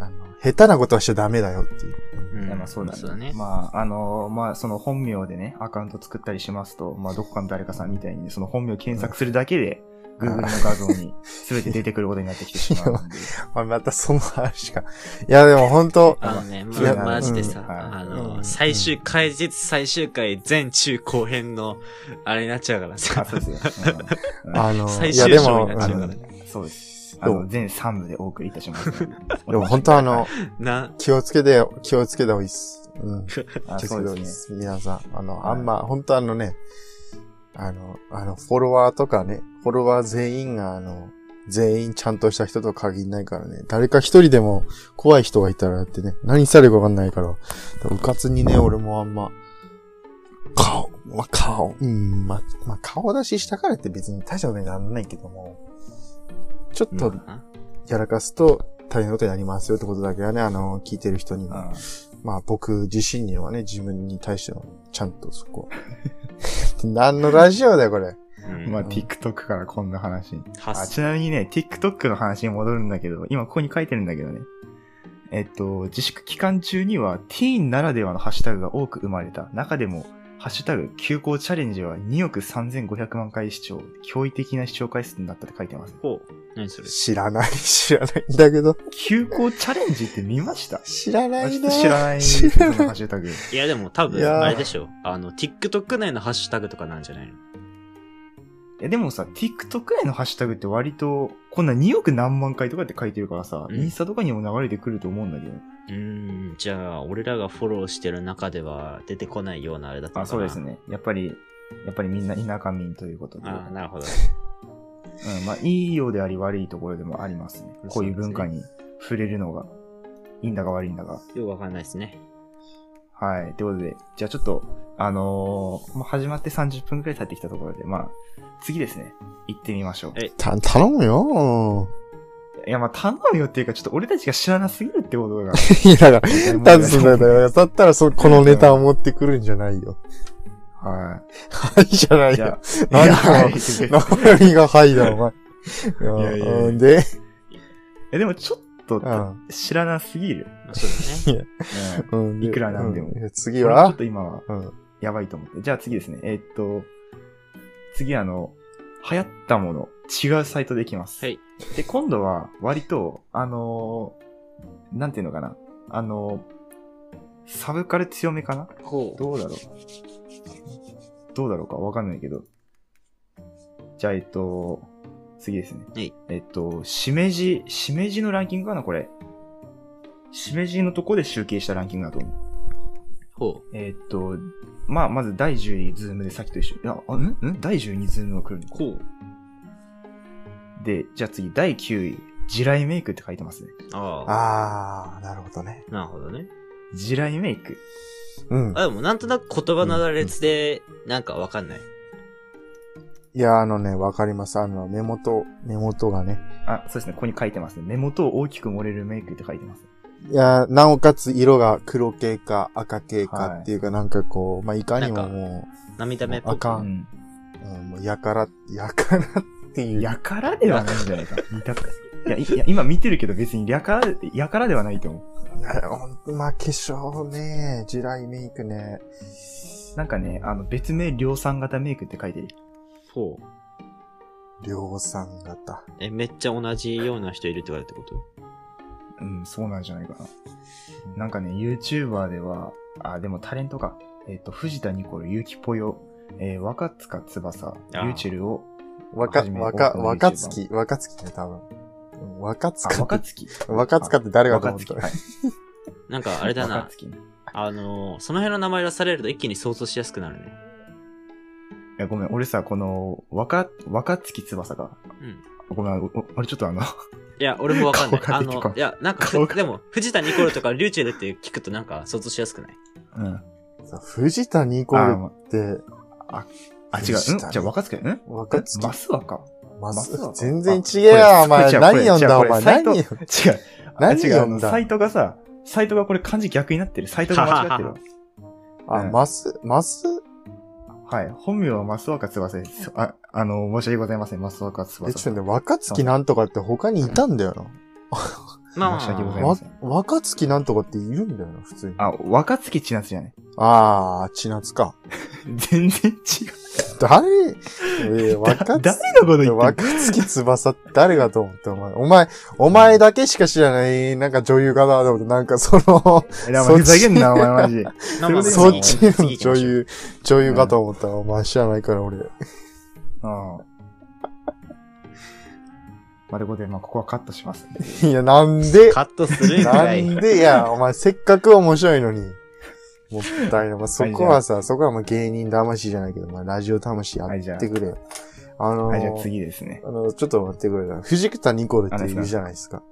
A: の、あの、下手なことはしちゃダメだよっていう。
B: うん
C: いやまあそうだね。
B: だね。
C: まあ、あの、まあ、その本名でね、アカウント作ったりしますと、まあ、どこかの誰かさんみたいに、その本名を検索するだけで、
A: うん
C: Google の画像に全て出てくることになってきてしまうんで。
A: まあ、またその話か。いや、でも本 当
B: あのね、
A: いや
B: ま、マジでさ、
C: うん
B: あ
A: う
B: の、
A: ん
B: 最終、解説最終回、全中後編の、あれになっちゃうから
C: あ、
B: さ、
C: そうですよ。うん
A: あの、
B: 最
A: いや
B: 終
A: で
B: 章
A: も、
B: に
A: う
B: なっちゃうから
A: ん
B: ね。
C: そうです。あ
A: どう
C: の、全3部でお送りいたします。で
A: でも本当あの、
B: な、
A: 気をつけて、気をつけた方がいいっす。うん。気
C: あ
A: をつけた
C: そ
A: 方が
C: う
A: いい
C: で
A: っ
C: す
A: す。皆さん。あの、
C: は
A: あ
C: い
A: んま、本当あのね、あの、あの、フォロワーとかね、フォロワー全員が、あの、全員ちゃんとした人とは限んないからね、誰か一人でも怖い人がいたらだってね、何されるかわかんないから、うかつにね、俺もあんま、顔、まあ、顔、うん、まあ、まあ、顔出ししたからって別に大したことにならないけども、ちょっとやらかすと大変なことになりますよってことだけはね、あの、聞いてる人にも
C: ね。
A: まあ僕自身にはね、自分に対しての、ちゃんとそこ。 何のラジオだよ、これ。
B: う
C: うん
B: ん
C: まあ、TikTok からこんな話に。あ、
B: 発
C: ちなみにね、TikTok の話に戻るんだけど、今ここに書いてるんだけどね。えっと、自粛期間中には、ティーンならではのハッシュタグが多く生まれた。中でも、ハッシュタグ、休校チャレンジは2億3500万回視聴。驚異的な視聴回数になったって書いてます。
B: ほう。何それ
A: 知らない、知らないんだけど。
C: 休校チャレンジって見ました
A: 知らないな
C: 知らないです
A: 知
C: ね、そ
A: ら
C: のハ
A: な
C: ッ
A: い。
C: シュタグ。
B: いや、でも多
A: い
B: 分、
A: やー
B: あれでしょ。あの、TikTok 内のハッシュタグとかなんじゃないの
C: え、でもさ、TikTok へのハッシュタグって割と、こんな2億何万回とかって書いてるからさ、
B: うん
C: インスタとかにも流れてくると思うんだけど。
B: うーん、じゃあ、俺らがフォローしてる中では出てこないようなあれだった
C: あ、
B: のか
C: そ
B: な
C: うです。ね。やっぱり、やっぱりみんな田舎民ということで。
B: ああ、なるほど。
C: うん、まあ、いいようであり悪いところでもありますね。こういう文化に触れるのが、いいんだか悪いんだか。
B: よくわかんないですね。
C: はい。ということで、じゃあちょっと、あのーもう始まって30分くらい経ってきたところで、まあ、次ですね。行ってみましょう。
B: え
A: た、頼むよ。
C: いや、まあ、頼むよっていうか、ちょっと俺たちが知らなすぎるってこと が。
A: いや、だか
C: 大
A: ら、
C: 問題
A: たずだから、だったらそ、このネタを持ってくるんじゃないよ。
C: は。
A: はい、じゃないい
C: じゃ
A: よ。
C: あ、
A: 何
C: いや
A: が
C: はい
A: 何がはいだ、お前。
C: いやいやいや
A: うんで、
C: えでもちょっと
A: うん
C: 知らなすぎる。
B: まあそうだね。
C: うん
A: うん
C: いくらなんでも
A: ういや次
C: これちょっ
A: は
C: と今、
A: うん。
C: やばいと思って。じゃあ次ですね。えーっと、次あの、流行ったもの、違うサイトでいきます。
B: はい。
C: で、今度は、割と、あのーなんていうのかな。あのーサブカル強めかな
B: ほう。
C: どうだろう。どうだろうかわかんないけど。じゃあ、えっと、次ですね。
B: はい
C: えっと、しめじ、しめじのランキングかなこれ。しめじのとこで集計したランキングだと思う。
B: ほう。
C: えっと、まあ、まず第10位ズームでさっきと一緒。いや、あんん第12ズームが来るの
B: ほう。
C: で、じゃあ次、第9位。地雷メイクって書いてますね。
B: あ
A: あー、なるほどね。
B: あ。なるほどね。
C: 地雷メイク。
A: うん。
B: あ、でもなんとなく言葉の羅列で、なんかわかんない。
A: いや、あのね、わかります。あの、目元、目元がね。
C: あ、そうですね。ここに書いてますね。目元を大きく盛れるメイクって書いてます。
A: いや、なおかつ色が黒系か赤系かっていうか、なんかこう、まあ、いかに
B: な
A: も
B: んか
A: も
B: 涙目っぽく。
A: あか
C: うんん。
A: う、うん、もうやから、やからっていう。
C: やからではないんじゃないか。見たいや、いや、今見てるけど別にやから、やからではないと思う。
A: ほんまあ、化粧ね、地雷メイクね。
C: なんかね、あの、別名量産型メイクって書いてる。
B: ほう。
A: 量産型。
B: え、めっちゃ同じような人いるって言われるってこと
C: うん、そうなんじゃないかな。なんかね、YouTuber では、あ、でもタレントか。えっ、と、藤田ニコル、ゆきぽよ、えー、若塚翼、
B: あー
C: ゆうちぇるを、
A: 若、
C: 初めて
A: 若、
C: 僕の YouTuber
A: 若月、若月ね、多分。うん若
C: あ、
A: 塚
C: 若
A: って、
C: 月。
A: 若塚って誰がと思
C: 若
A: っ
C: 月。
A: た
C: はい。
B: なんかあれだ
C: 若
B: な。
C: 月ね。
B: あのー、その辺の名前出されると一気に想像しやすくなるね。
C: いや、ごめん、俺さ、この、若、若月翼が、
B: うん。
C: ごめん、おお俺ちょっとあの、
B: いや、俺もわかんない。
C: 顔が
B: あ
C: 出てこない
B: の、いや、なんか
C: 顔
B: ふ、
C: が
B: でも、藤田ニコルとかリューチェルって聞くとなんか想像しやすくない
C: うん。
A: さ藤田ニコル
C: あ、ま
A: って、
C: あ、違う。
A: 藤田
C: んじゃあ若月、ん
A: 若月
C: マスワか。
A: まず
C: マスは、
A: 全然違えや、
C: あ
A: お前。
C: これこれ
A: 何読ん
C: 違う
A: だ、お
C: これ
A: 前。
C: サイ
A: 何
C: ト
A: 読んだ。
C: 違う。あ
A: 何
C: 違うあ
A: 読ん
C: の
A: だ
C: サイトがさ、サイトがこれ漢字逆になってる。サイトが間違ってるわ。
A: あ、
C: うん
A: マス、マス
C: はい。本名は増若翼です。あ、あの、申し訳ございません。増若
A: え、ち
C: 翼。
A: ょっとね、若月なんとかって他にいたんだよ
B: まあまあ、
C: 申し訳ござ
A: な。
C: いま
A: わ
C: せん、
A: 若月なんとかっているんだよな、普通に。
C: あ、若月千夏じゃない。
A: あー、千夏か。
C: 全然違う。
A: 誰 えー、若
C: だ誰
A: 月。
C: のこと言って
A: 若月翼って誰がと思って、お前。お前、お前だけしか知らない、なんか女優かなと思って、なんかその、
C: んのお前ふざけんな、お前 マジで。
B: まあまあまあ
A: そっち
B: 次
A: の
B: 行きま
A: 女
B: しょう
A: 優、女優かと思ったら、お前知らないから俺。
C: うん。まあ、ということで、まあ、ここはカットしますんで。
A: いや、なんで、
B: カットするん
A: な
B: かい。
A: んでや、お前せっかく面白いのに。もったいない。まあ、そこはさ、そこはもう芸人魂じゃないけど、まあ、ラジオ魂やってくれよ。あの
C: はい、じゃあ
A: ー、
C: 次ですね。
A: あの、ちょっと待ってくれよ。藤田ニコルっているじゃないですか。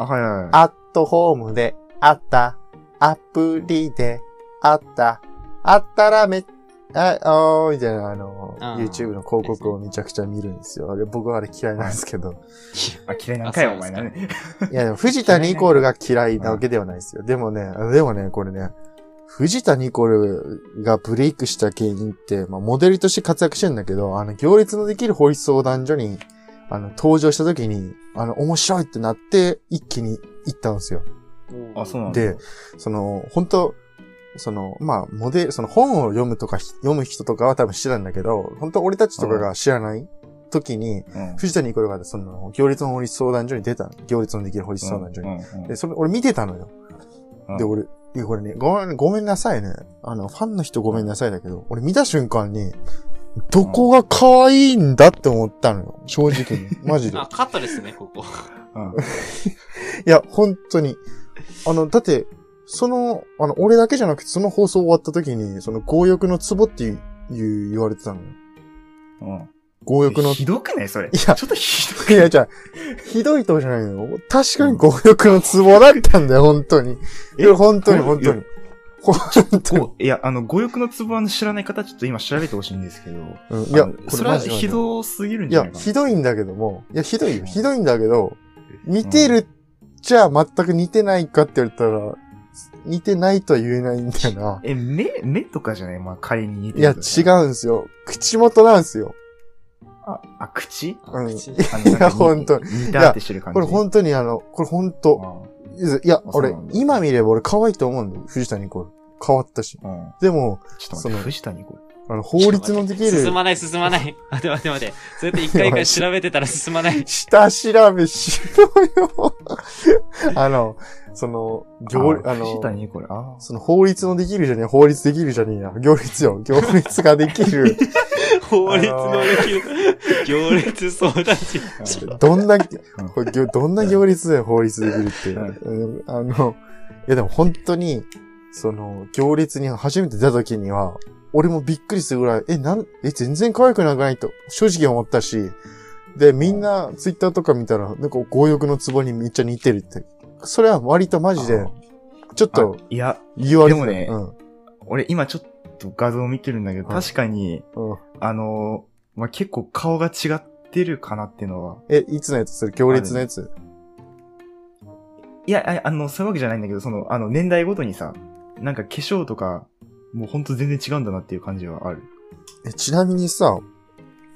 C: あ、はいはいはい。
A: アットホームで、あった、アプリで、あった、あったらめ、あ、おー、みたいな、あのー、
B: あー
A: YouTube の広告をめちゃくちゃ見るんですよ。あれ、僕はあれ嫌いなんですけど。
C: あ、嫌いなんかよ、
B: あ
C: お
B: そう
C: 前
B: なん
C: な
B: で
C: ね。
A: いや、でも藤田ニコルが嫌いなわけではないですよ。でもね、でもね、これね、藤田ニコルがブレイクした芸人って、まあ、モデルとして活躍してるんだけど、あの、行列のできる法律相談所に、あの、登場した時に、あの、面白いってなって、一気に行ったんですよ。
C: あ、そうなんだ。
A: で、その、本当その、まあ、モデル、その本を読むとか、読む人とかは多分知らんだけど、本当俺たちとかが知らない時に、
C: うん。
A: 藤田ニコルがその、行列の法律相談所に出たの。行列のできる法律相談所に。
C: うんうんうん
A: で、それ、俺見てたのよ。
C: うん
A: で、俺、いやこれね、ごめん、ごめんなさいね。あの、ファンの人ごめんなさいだけど、俺見た瞬間に、どこが可愛いんだって思ったのよ。正直 に。マジで。
D: あ、カットですね、ここ。
C: うん
A: いや、本当に。あの、だって、その、あの、俺だけじゃなくて、その放送終わった時に、その、強欲の壺っていう、いう言われてたのよ。
C: うん。
A: 強欲の、い
C: ひどくないそれ。
A: いや
C: ちょっとひどく
A: や、じゃあひどいとこじゃないのよ。確かに強欲の壺だったんだよ、本当に。い
C: え
A: や、本当に、本当に。本当に。
C: こういや、あの、語欲のツボの知らない方、ちょっと今調べてほしいんですけど。
A: うんい
C: あ
A: や、
C: の
A: これ
C: それは
A: マジマジ
C: ひどすぎるん
A: い
C: じゃな
A: や
C: い、かな。
A: ひどいんだけども、いや、ひどいよ。ひどいんだけど、
C: うん
A: 似てるじゃ全く似てないかって言われたら、似てないとは言えないんだよな。
C: え、目、目とかじゃないまあ、仮に似て
A: いや、
C: る
A: 違うんすよ。口元なんすよ。
C: あ、あ口
A: うん
D: 口
C: あのなんか
A: いやほんと
C: 似たってしてる感
A: こ
C: じ。
A: れ本当にあの、これ本当いや、
C: あそう
A: 俺
C: なん、だ
A: 今見れば俺可愛いと思うんだよ。藤谷これ。変わったし。
C: うん。うん。
A: でも、
C: ちょっと
A: そ
C: 待
A: の
C: って、藤谷これ。
A: あの、法律のできる
B: 進、まない、進まない。待て待て待て。そうやって一回一回調べてたら進 まない。
A: 下調べしろよ。 あの、その、行、あ
C: 藤
A: の、
C: 谷これ。あ
A: その法律のできるじゃねえ、法律できるじゃねえや。行列よ。行列ができ る。
B: 法律のできる。行列相談室。
C: あ。
A: どんな、これ行どんな行列だよ、法律できるって。うんあの、いやでも本当に、その、行列に初めて出た時には、俺もびっくりするぐらい、え、なん、え、全然可愛くなくないと、正直思ったし、で、みんな、ツイッターとか見たら、なんか、強欲のツボにめっちゃ似てるって。それは割とマジで、ちょっと
C: あ、いや、
A: 言われてた
C: でもね俺今ちょっと画像を見てるんだけど、
A: うん
C: 確かに、
A: うん。うん。
C: あのー、まあ、結構顔が違ってるかなっていうのは。
A: え、いつのやつそれ、行列のやつ
C: いや、ああの、そういうわけじゃないんだけど、その、あの、年代ごとにさ、なんか化粧とか、もうほんと全然違うんだなっていう感じはある。
A: え、ちなみにさ、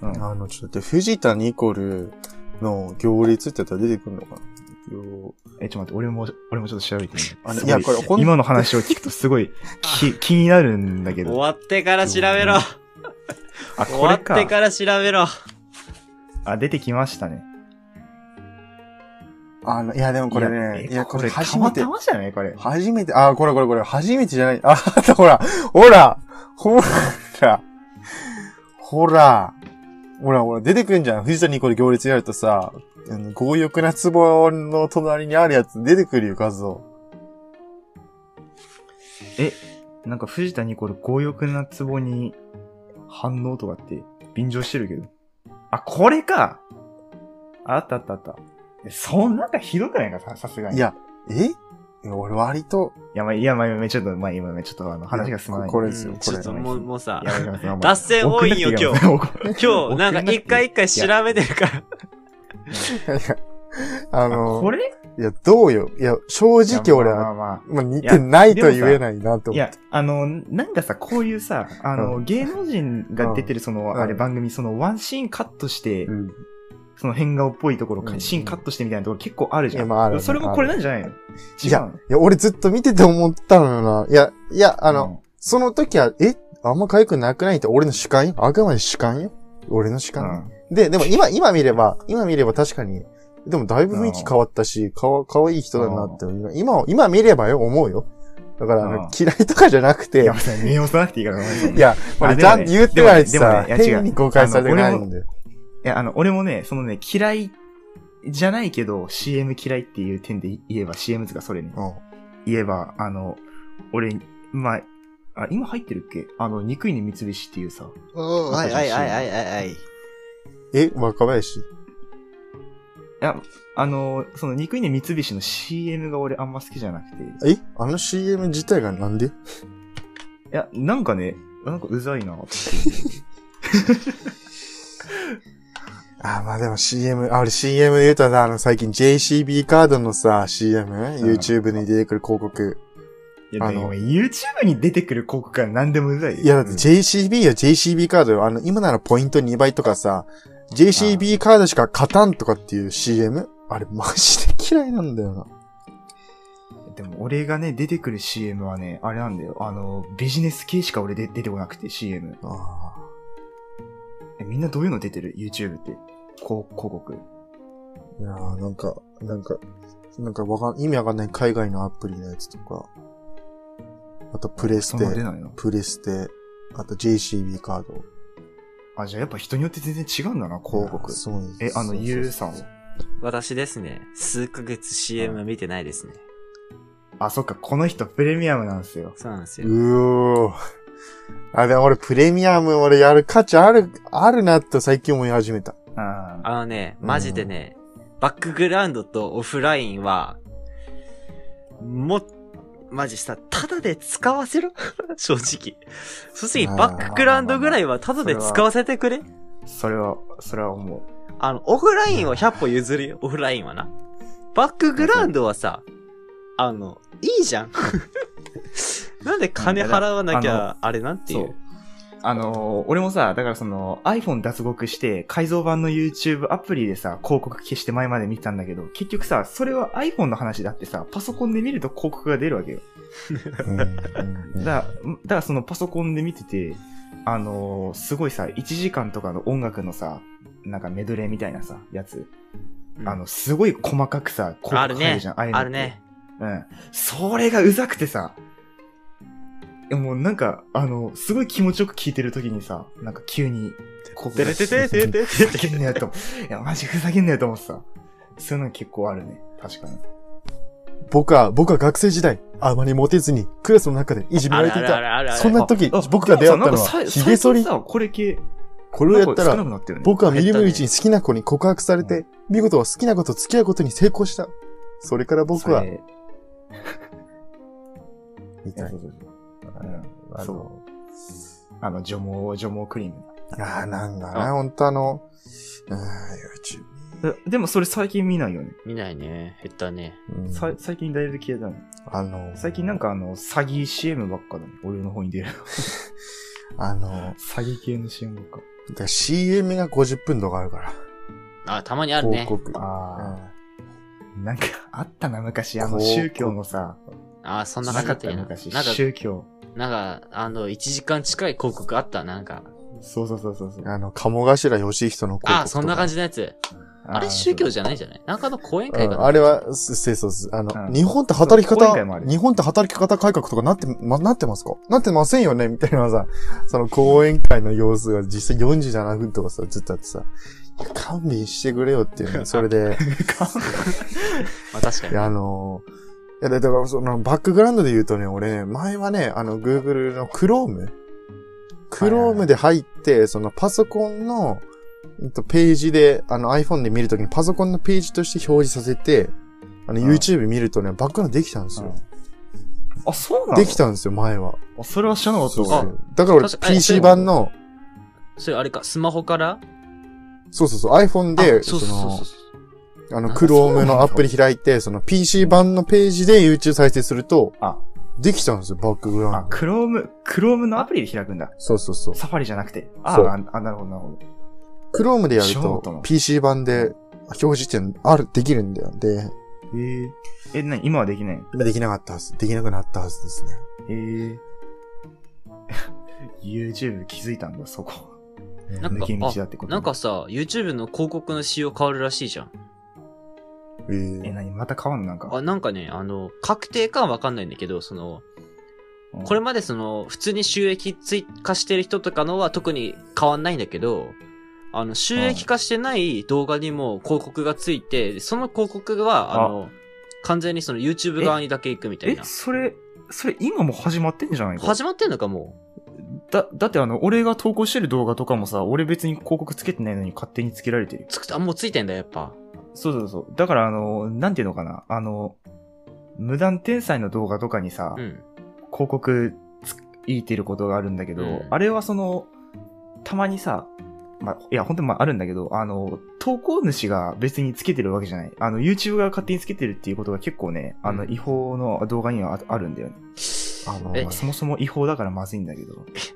C: うん。
A: あの、ちょっと待って、藤谷イコールの行列ってやったら出てくるのかな行
C: え、ちょっと待って、俺も、俺もちょっと調べてみる。
A: あの
C: すご
A: いや、これほん、
C: 今の話を聞くとすごい き気になるんだけ
B: 終
C: ど。
B: わってから調べろ。
C: あ、
B: 終
C: こ
B: わ
C: れ
B: って
C: か。
B: から調べろ。
C: あ、出てきましたね。
A: あの、いや、でもこれね、
C: え
A: いや、これ初
C: た
A: め
C: ま
A: て
C: た、まじゃないこれ。
A: 初めて、あ、これこれこれ、初めてじゃない、 あ、ほら、ほら、ほら、ほら、ほら、ほら、出てくるんじゃん。藤谷イコール行列やるとさ、あの強欲な壺の隣にあるやつ出てくるよ、画像。
C: なんか藤田にこれ強欲なツボに反応とかって便乗してるけど。あ、これかあったあったあった。えそんなんかひどくないかさ、さすがに。
A: い、や、えいや俺割と、
C: いや、まあ、いや、まあ、まあちょっと、まあ、今、まあちょっと、あの、話が進まない。
A: これ
B: う
A: ですよ、
B: ん
A: こ
B: ちょ
A: れ
B: っ。ともう、もうさ
C: い、や、ま あまあ
B: 脱線多いよ、
C: 送ん
B: 今
C: なく
B: 日。
C: ていいよ
B: 今日、なんか一回一回
C: いや
B: 調べてるから。
A: あ
C: あ
A: の
C: こ、れ
A: いや、どうよ。いや、正直俺
C: いやま
A: は、
C: あまあま
A: まあ、似てないとは言えないなと思
C: あい
A: っ
C: や
A: て。、
C: あの、なんかさ、こういうさ、あの、芸能人が出てる、その、
A: うん
C: あれ、番組、その、ワンシーンカットして、
A: うん
C: その変顔っぽいところ、
A: うん
C: シーンカットしてみたいなところ結構あるじゃん。
A: いやまああるね
C: それもこれなんじゃないの
A: る
C: 違うの
A: いや、俺ずっと見てて思ったのよな。いや、いや、あの、
C: うん
A: その時は、えあんま可愛くなくないって俺の主観よ。あくまで主観よ。俺の主観、で、でも今、今見れば、今見れば確かに、でもだいぶ雰囲気変わったし、かわ、可愛い人だなって、今を、今見ればよ、思うよ。だから、あ
C: うん
A: の嫌いとかじゃなく
C: い
A: て
C: や、、別に目をさなくていいから、ごめんなさい
A: いや、
C: まあ
A: 俺ち
C: でも
A: ゃ
C: ね
A: んと言ってないし
C: でも
A: さ
C: ね、でもねいや違う
A: 変に誤解されてないんだよ。
C: いや、あの、俺もね、そのね、嫌いじゃないけど、CM 嫌いっていう点で言えば、CM とかそれね、
A: うん。
C: 言えば、あの、俺、まあ、あ今入ってるっけあの、憎いね三菱っていうさ、
B: お
C: はいはいはいはい
B: はいはい。
A: え、若林
C: いや、あの、その憎いね三菱の CM が俺あんま好きじゃなくて、い
A: えあの CM 自体がなんで
C: や、なんかね、なんかうざいなって。
A: あー、まあでも CM、あ、俺 CM で言うとさ、あの最近 JCB カードのさ、CM、YouTube に出てくる広告。
C: いや、
A: あ
C: でも
A: の
C: YouTube に出てくる広告が何でもうざいよ。
A: いや、だって JCB よ、JCB カードよ。あの、今ならポイント2倍とかさ、JCB カードしか勝たんとかっていう CM? あれ、マジで嫌いなんだよな。
C: でも俺がね、出てくる CM はね、あれなんだよ。あの、ビジネス系しか俺で出てこなくて CM。
A: あ
C: えみんなどういうの出てる ?YouTube って。こう、広告。
A: ーいやーなんか、なんか、なんかわかん、意味わかんない海外のアプリのやつとか、あとプレス
C: そんなの出
A: テ、
C: ないの
A: プレステ、あと JCB カード。
C: あ、じゃあやっぱ人によって全然違うんだな、広告。
A: そうなんです
C: え、あの、
A: そうそうそう
C: ゆうさんを。
B: 私ですね、数ヶ月 CM 見てないですね。
C: あ、そっか、この人プレミアムなんですよ。
B: そうなんですよ。
A: うおー。あ、でも俺プレミアム俺やる価値ある、あるなって最近思い始めた。
C: ああ。
B: あのね、マジでね、バックグラウンドとオフラインは、も、マジさ、ただで使わせろ 正直。正直、
A: あー
B: バックグラウンドぐらいはただで使わせてくれ
C: それは、それは思う。
B: あの、オフラインは100歩譲るよ、オフラインはな。バックグラウンドはさ、あの、 いいじゃん。なんで金払わなきゃ、あれなんてい
C: そう
B: う。。
C: あのー俺もさ、だからその iPhone 脱獄して改造版の YouTube アプリでさ、広告消して前まで見たんだけど、結局さ、それは iPhone の話だってさ、パソコンで見ると広告が出るわけよ。
A: うんうん
C: だだからそのパソコンで見てて、あのーすごいさ、1時間とかの音楽のさ、なんかメドレーみたいなさ、やつ。
B: うん
C: あの、すごい細かくさ、広
B: ある
C: 告入
B: ね
C: るじゃん。ああいうの
B: あるね。
C: うん。それがうざくてさ、いやもうなんか、あの、すごい気持ちよく聴いてるときにさ、なんか急に、こう、
B: てれてててて
C: ふざけんなよと 思う。いや、マジふざけんなよと思ってさ。そういうの結構あるね。確かに。
A: 僕は、僕は学生時代、あまりモテずに、クラスの中でいじめられていた。
B: ある
A: そんな時
C: あ、
A: 僕が出会ったの
C: でもさな
A: は、
C: んか
A: ヒゲ剃
C: 最
A: り
C: 近。さ、これ系、
A: これをやった
C: なんか少な
A: ら、
C: くなったよね。
A: 僕はみるみるうちに好きな子に告白されて、見事好きな子と付き合うことに成功した。それから僕は
C: そ、れ
A: み
C: そう
A: たい
C: そう
A: な。
C: そ
A: あ
C: ううんそ
A: の
C: うあの、除毛、除毛クリーム。
A: ああ、なんだな、ほんとあの、うん、YouTube。
C: えでもそれ最近見ないよね。
B: 見ないね。減ったね。
A: うん
C: さ最近だいぶ消えたの。
A: あの、
C: 最近なんかあの、詐欺 CM ばっかだね。俺の方に出る。
A: あの、
C: 詐欺系の CM ばっか。
A: だから CM が50分とかあるから。
B: あ、たまにあるね
A: 広。告。
C: あーなんか、あったな、昔。あ
A: こ
C: の、
A: う
C: 宗教のさ、
B: あ、そんな
C: な
B: 感じ
C: か
B: だ
C: っ
B: った
C: た
B: よな。
C: 昔。
B: なんか、
C: 宗教。
B: なんか、あの、1時間近い広告あった、なんか。
C: そうそうそうそうそう。
A: あの、鴨頭義人の広告とか。
B: あ、そんな感じのやつ。あれ宗教じゃないんじゃないなんかの講演
A: う
B: 会か
A: ん
B: な
A: あれは、す清掃です。あの、
C: うん
A: 日本って働き
C: そう
A: 方
C: 今回もあ、る
A: 日本って働き方改革とかなって、ま、なってますかなってませんよねみたいなさ、 その講演会の様子が実際47分とかさ、ずっとあってさ、いや勘弁してくれよっていうね。それで、
B: まあ確か
A: い
B: に。
A: や、あ
B: あ
A: のーいや、だだから、その、バックグラウンドで言うとね、俺ね、前はね、あの、Google の Chrome。Chrome で入って、その、パソコンの、うんとページで、あの、iPhone で見るときにパソコンのページとして表示させて、あの、
C: うん
A: YouTube 見るとね、バックグラウンドできたんです よ。
C: あ、そうなの
A: できたんですよ、前は。
C: あそれは知らなかった
A: そう
C: わ。
A: そう。だから俺、
B: 確かに
A: PC 版の、
B: それあれか、スマホから
A: そうそうそう、iPhone で、
B: あそう
A: そ
B: そうそう
A: の
B: そう、。
A: あの、
B: なんかそう
A: Chrome のアプリ開いて、その、PC 版のページで YouTube 再生すると、
C: あ
A: できたんですよ、バックグラウンド
C: あ、。クローム、クロームのアプリで開くんだ。
A: そうそうそう。
C: サファリじゃなくて。あ
A: そう
C: あ、あなるほど、なるほど。
A: クロームでやる
C: ショート
A: と
C: の
A: PC 版で表示っていうのある、できるんだよ。で、
C: えー、え、なに今はできないの
A: 今できなかったはず、できなくなったはずですね。
C: えー、YouTube 気づいたんだ、そこ。
B: なんか
C: 抜け道だってこと。
B: なんか、さ、YouTube の広告の仕様変わるらしいじゃん。
A: え
C: え、
A: ー
C: なにまた変わんのなんか。
B: あ、なんかね、あの、確定かはわかんないんだけど、その、
C: うん
B: これまでその、普通に収益追加してる人とかのは特に変わんないんだけど、あの、収益化してない動画にも広告がついて、その広告は、あの、完全にその YouTube 側にだけ行くみたい
C: え
B: な、。
C: それ、それ今も始まってんじゃないか
B: 始まってんのか、も
C: だ、だってあの、俺が投稿してる動画とかもさ、俺別に広告つけてないのに勝手につけられてる
B: う。。つく、あ、もうついてんだ、やっぱ。
C: そうそうそう。だからあの、なんていうのかな。あの、無断転載の動画とかにさ、
B: うん。
C: 広告ついてることがあるんだけど、
B: うん
C: あれはその、たまにさ、まあ、いや、本当にまあ、あるんだけど、あの、投稿主が別につけてるわけじゃない。あの、YouTube が勝手につけてるっていうことが結構ね、あの、
B: うん
C: 違法の動画にはああるんだよね。
A: あの
B: え
C: まあ、そもそも違法だからまずいんだけど。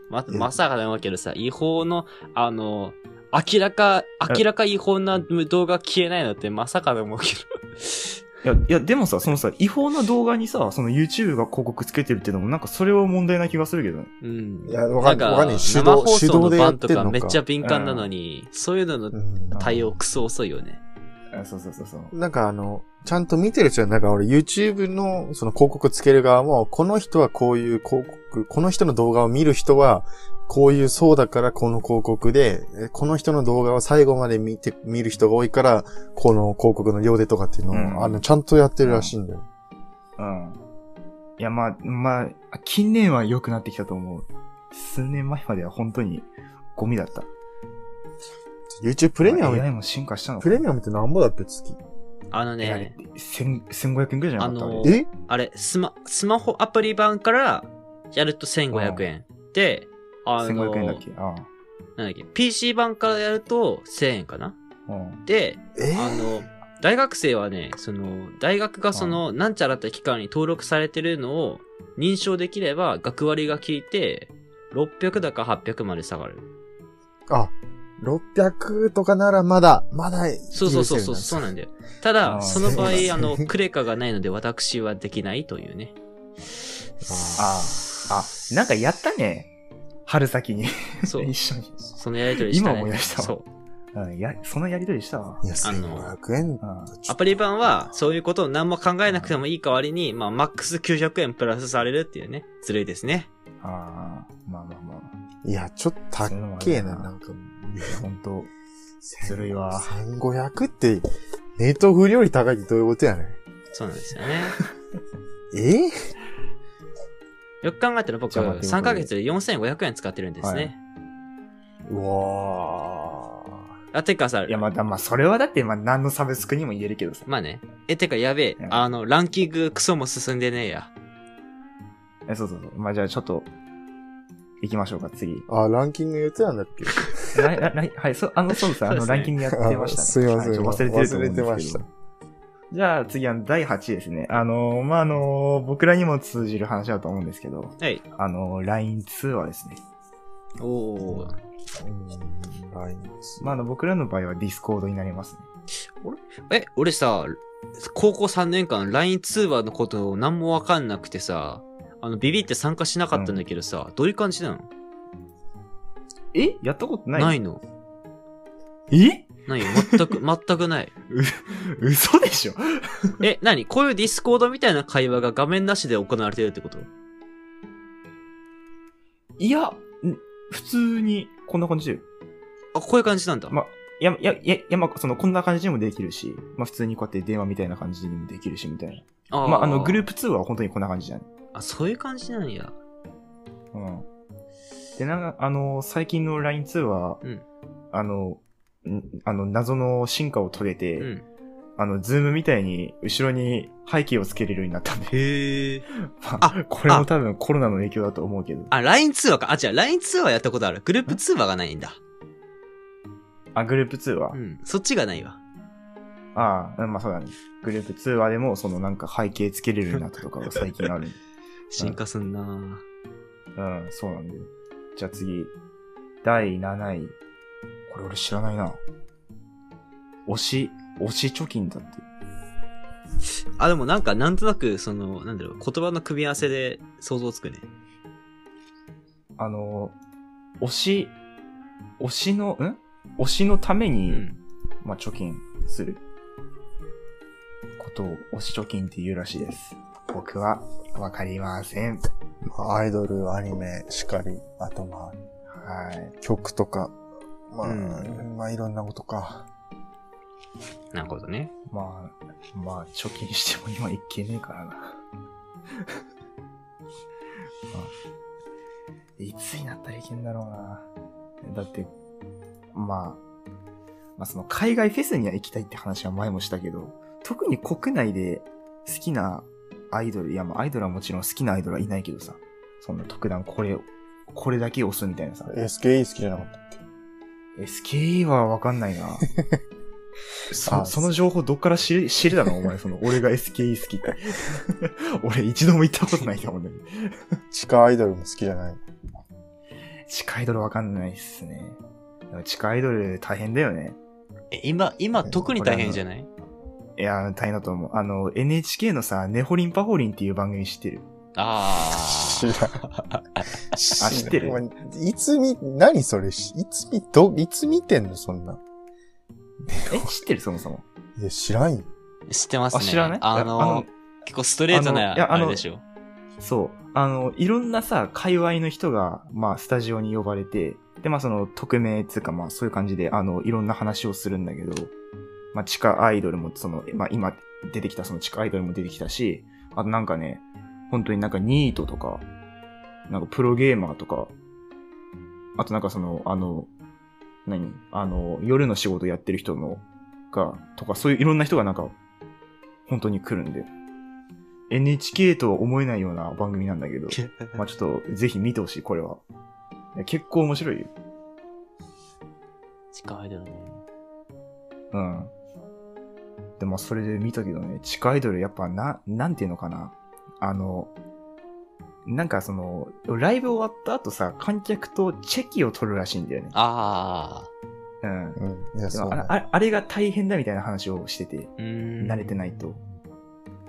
B: ま、まさかなんだけどさ、違法の、あの、明らか、明らか違法な動画消えないのってまさかで思うけど。
C: いや、いや、でもさ、そのさ、違法な動画にさ、その YouTube が広告つけてるっていうのも、なんかそれは問題な気がするけどね。
B: うん。
A: いやわかんないわかんない手動
B: 生放
A: 手
B: 送
A: 動で
B: の
A: やっ
B: 番
A: て
B: と
A: んのか
B: かめっちゃ敏感なのに、そういうのの
A: うん
B: 対応クソ遅いよね。
C: あそうそうそうそう。
A: なんかあの、ちゃんと見てる人は、なんか俺 YouTube のその広告つける側も、この人はこういう広告、この人の動画を見る人は、こういうそうだからこの広告で、えこの人の動画は最後まで見て、見る人が多いから、この広告の量でとかっていうのを、
C: うん
A: あの、ちゃんとやってるらしいんだよ。
C: うん。いや、まあ、まあ、近年は良くなってきたと思う。数年前までは本当にゴミだった。
A: YouTube プレミアム
C: AI も進化したの
A: プレミアムってなんぼだって月。
B: あの
C: えあれ
B: ね、
C: 千1500円くらいじゃなかった
B: あの
C: あれ
A: え
B: あれ、スマ、スマホアプリ版からやると1500円。で、あの、
C: 1500円だっけあ
B: なんだっけ、PC 版からやると1000円かな
C: あ。うん。
B: で、
A: え
B: あの、大学生はね、その、大学がその、なんちゃらって機関に登録されてるのを認証できれば、学割が効いて、 600だか800まで下がる。
A: あ、600とかならまだ、まだ、
B: そうそうそうそう、そうなんだよ。た
C: あー
B: だ、その場合
A: そうですね、
B: あの、クレカがないので私はできないというね。
C: ああ、あ、なんかやったね。春先に。
B: そう
C: 一。緒に。
B: そのやりとりした、ね。
C: 今思い出したわ
B: そう。
C: うん、や、そのやりとりしたわ。
A: いや、
B: あの
A: 1500円。
C: うん
B: アプリ版は、そういうことを何も考えなくてもいい代わりに、まあ、マックス900円プラスされるっていうね。ずるいですね。
C: ああ、まあまあまあ。
A: いや、ちょっと高
C: そういうのもあ
A: え
C: る
A: な、
C: な
A: なんか。
C: 本当ずるいわ
A: 1500って、ネット不料理高いってどういうことやねん。
B: そうなんですよね。
A: え
B: よく考えたら僕、
C: じゃあ待って
B: 3ヶ月で4500円使ってるんですね。
A: うわ
B: あ、てかさ、
C: いや、まあ、だまあ、それはだって、まあ、何のサブスクにも言えるけどさ。
B: まあね。え、てかやべえ
C: う。ん
B: あの、ランキングクソも進んでねえや。
C: えそうそうそう。まあ、じゃあ、ちょっと、行きましょうか、次。
A: ー。あ、ランキング言ってたんだっけ
C: 来来 はい、そう、あの、そうです、あ
B: そ
C: の、
B: うですね
C: ランキングやってまし
A: あ
C: たね。
A: すいません
C: はいちょっと忘れてると思うんですけ
A: 忘
C: ど
A: れてました
C: じゃあ、次は第8位ですね。あのー、まあ、あのー、僕らにも通じる話だと思うんですけど、
B: はい。
C: あのー、LINE 通話ですね。
B: おー。
A: うん、ライン
C: まあ、あの、僕らの場合はディスコードになりますね。
B: え、俺さ、高校3年間 LINE 通話のことを何もわかんなくてさ、あの、ビビって参加しなかったんだけどさ、どういう感じなの
C: えやったことない
B: ないの。
C: え
B: ないよ。全く、全くない。
C: 嘘でしょ
B: え、なにこういうディスコードみたいな会話が画面なしで行われてるってこと
C: いや、ん普通に、こんな感じで。
B: あ、こういう感じなんだ。
C: まいや、いや、いや、いやまあ、その、こんな感じにもできるし、まあ、普通にこうやって電話みたいな感じにもできるし、みたい
B: あ
C: な。
B: ー
C: まあ、あの、グループ通話は本当にこんな感じじゃん。
B: あ、そういう感じなんや。
C: うん。で、なんか、あの、最近の LINE 通話、
B: うん
C: あの、んあの、謎の進化を遂げて、
B: うん。
C: あの、ズームみたいに、後ろに背景をつけれるようになったんで、
B: へえ。
C: ま
B: あ
C: あ、これも多分コロナの影響だと思うけど、
B: あ、LINE 通話か。あ、違う、LINE 通話やったことある。グループ通話がないんだ。
C: あ、グループ通話、
B: うん。そっちがないわ。
C: ああ、まあそうだね。グループ通話でも、そのなんか背景つけれるようになったとかが最近ある。
B: 進化すんなぁ
C: うん、そうなんだよ。じゃあ次、第7位。これ俺知らないな。推し、推し貯金だって。
B: あ、でもなんか、なんとなく、その、なんだろう、言葉の組み合わせで想像つくね。
C: あの、推し、推しの、ん推しのため
B: う
C: に、
B: ん。
C: まあ、貯金することを推し貯金って言うらしいです。僕はわかりません。
A: アイドル、アニメ、しかり、あとまあ、
C: はい。
A: 曲とか、まあ、
B: う
A: まあいろんなことか。
B: なるほどね。
C: まあ、まあ、貯金しても今いけねえからな。 まあ、いつになったらいけんだろうな。だって、まあ、まあその海外フェスには行きたいって話は前もしたけど、特に国内で好きなアイドル、いやまあアイドルはもちろん好きなアイドルはいないけどさ、そんな特段これを、これだけ押すみたいなさ。
A: SKE 好きじゃなかった。
C: SKE はわかんないな。そ
A: あ
C: その情報どっから知る知るだろ、お前。その、俺が SKE 好きって。 俺一度も行ったことないと思うんだけど。
A: 地下アイドルも好きじゃない。
C: 地下アイドルわかんないっすね。でも地下アイドル大変だよね。
B: え、今、今、特に大変じゃない
C: いや、大変だと思う。あの、NHK のさ、ネホリンパホリンっていう番組知ってる。
B: あ
A: 知らん。あ、知
C: ってる
A: いつみ、何それしいつみ、ど、いつ見てんのそんな。
C: え、知ってるそもそも。
A: いや、知らんよ。
B: あ。知ってます
C: あ、
B: ね。
C: 知らない
B: あの、
C: あの
B: 結構ストレート
C: あの
B: ない
C: やあ
B: あ
C: の
B: れで しょ。
C: そう。あの、いろんなさ、界隈の人が、まあ、スタジオに呼ばれて、で、まあ、その、匿名つうか、まあ、そういう感じで、あの、いろんな話をするんだけど、まあ、地下アイドルも、その、まあ、今出てきた、その地下アイドルも出てきたし、あとなんかね、本当になんかニートとか、なんかプロゲーマーとか、あとなんかその、あの、何あの、夜の仕事やってる人の、が、とか、そういういろんな人がなんか、本当に来るんで。NHK とは思えないような番組なんだけど、まあちょっと、ぜひ見てほしい、これは。いや結構面白いよ。
B: 地下アイドルね。
C: うん。でも、それで見たけどね、地下アイドルやっぱな、なんていうのかな。あの、なんかその、ライブ終わった後さ、観客とチェキを取るらしいんだよね。
B: あ
C: う
B: あ。
C: ん。
A: うん。いや、
C: で
A: そう
C: もあ
A: ね、
C: れああれが大変だみたいな話をしてて、
B: うーん。
C: 慣れてないと。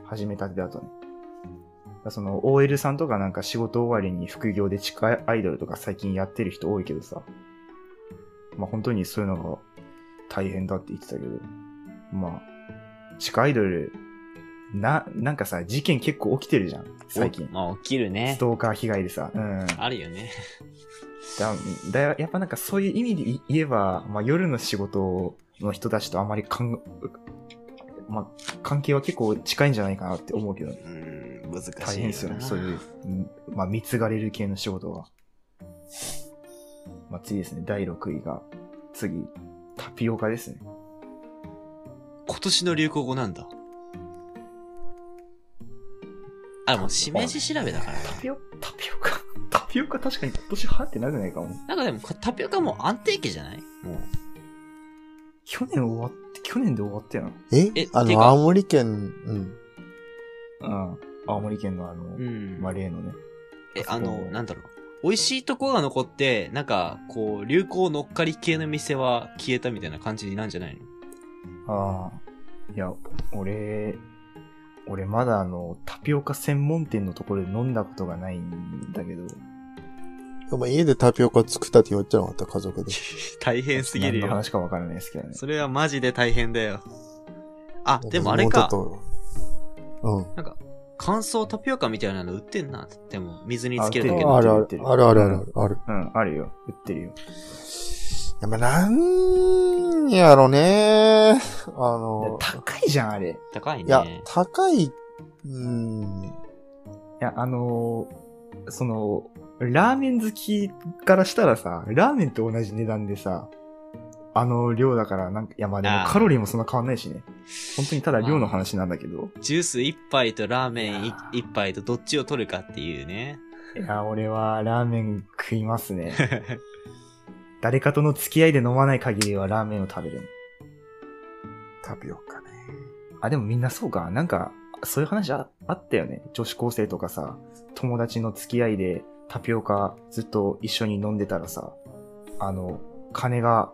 C: 始めたてだとね。だからその OL さんとかなんか仕事終わりに副業で地下アイドルとか最近やってる人多いけどさ。まあ本当にそういうのが大変だって言ってたけど。まあ、地下アイドル、な、なんかさ、事件結構起きてるじゃん。最近。
B: まあ、起きるね
C: ス。トーカー被害でさ。うん。
B: あるよね。
C: だだやっぱなんかそういう意味でい言えば、まあ、夜の仕事の人たちとあまりかん、まあ、関係は結構近いんじゃないかなって思うけど、
B: うーん、難しいな。
C: 大変ですよね。そういう、うんまあ、貢がれる系の仕事は。まあ、次ですね。第6位が、次、タピオカですね。
B: 今年の流行語なんだ。あ、もう、しめじ調べだからか
C: タ。ピオ、タピオカタピオカ確かに今年流行ってなくないかも。
B: なんかでも、こタピオカもう安定期じゃないもう。
C: 去年終わって、去年で終わってやな。
A: え
B: え
A: あ
B: て
A: の、
B: か
A: 青森県、うん。
C: うん。青森県のあの、
B: うん。
C: まあ、例のね。
B: え、
C: あ
B: あ
C: そこ
B: の、なんだろう。美味しいところが残って、なんか、こう、流行乗っかり系の店は消えたみたいな感じになんじゃない
C: あ
B: の
C: あ。いや、俺、俺まだあの、タピオカ専門店のところで飲んだことがないんだけど。
A: お前家でタピオカ作ったって言われてなかった、家 族で。
B: 大変すぎる
C: 何の
B: よ。
C: 話かわからないですけどね。
B: それはマジで大変だよ。あ、でもあれか。
A: 妹とうん。
B: 乾燥タピオカみたいなの売ってんな。でも、水につけるだけ
C: あ
B: の
A: あるあ
C: 売って
A: る、
C: る
A: あるあるあるある。
C: うん、あるよ。売ってるよ。
A: やっぱなんやろね。あの、
C: 高いじゃん、あれ。い
B: 高い
A: いや
B: ね、。
A: 高い、うん、
C: や、あのーその、ラーメン好きからしたらさ、ラーメンと同じ値段でさ、あの量だから、なんか、いや、まあで
B: あ
C: も
B: ー
C: カロリーもそんな変わんないしね。本当にただ量の話なんだけど。
B: ジュース一杯とラーメン
C: い
B: い
C: やー
B: 一杯とどっちを取るかっていうね。
C: いや、俺はラーメン食いま すね。誰かとの付き合いで飲まない限りはラーメンを食べる。
A: タピオカね。
C: あ、でもみんなそうか。なんか、そういう話ああったよね。女子高生とかさ、友達の付き合いでタピオカずっと一緒に飲んでたらさ、あの、金が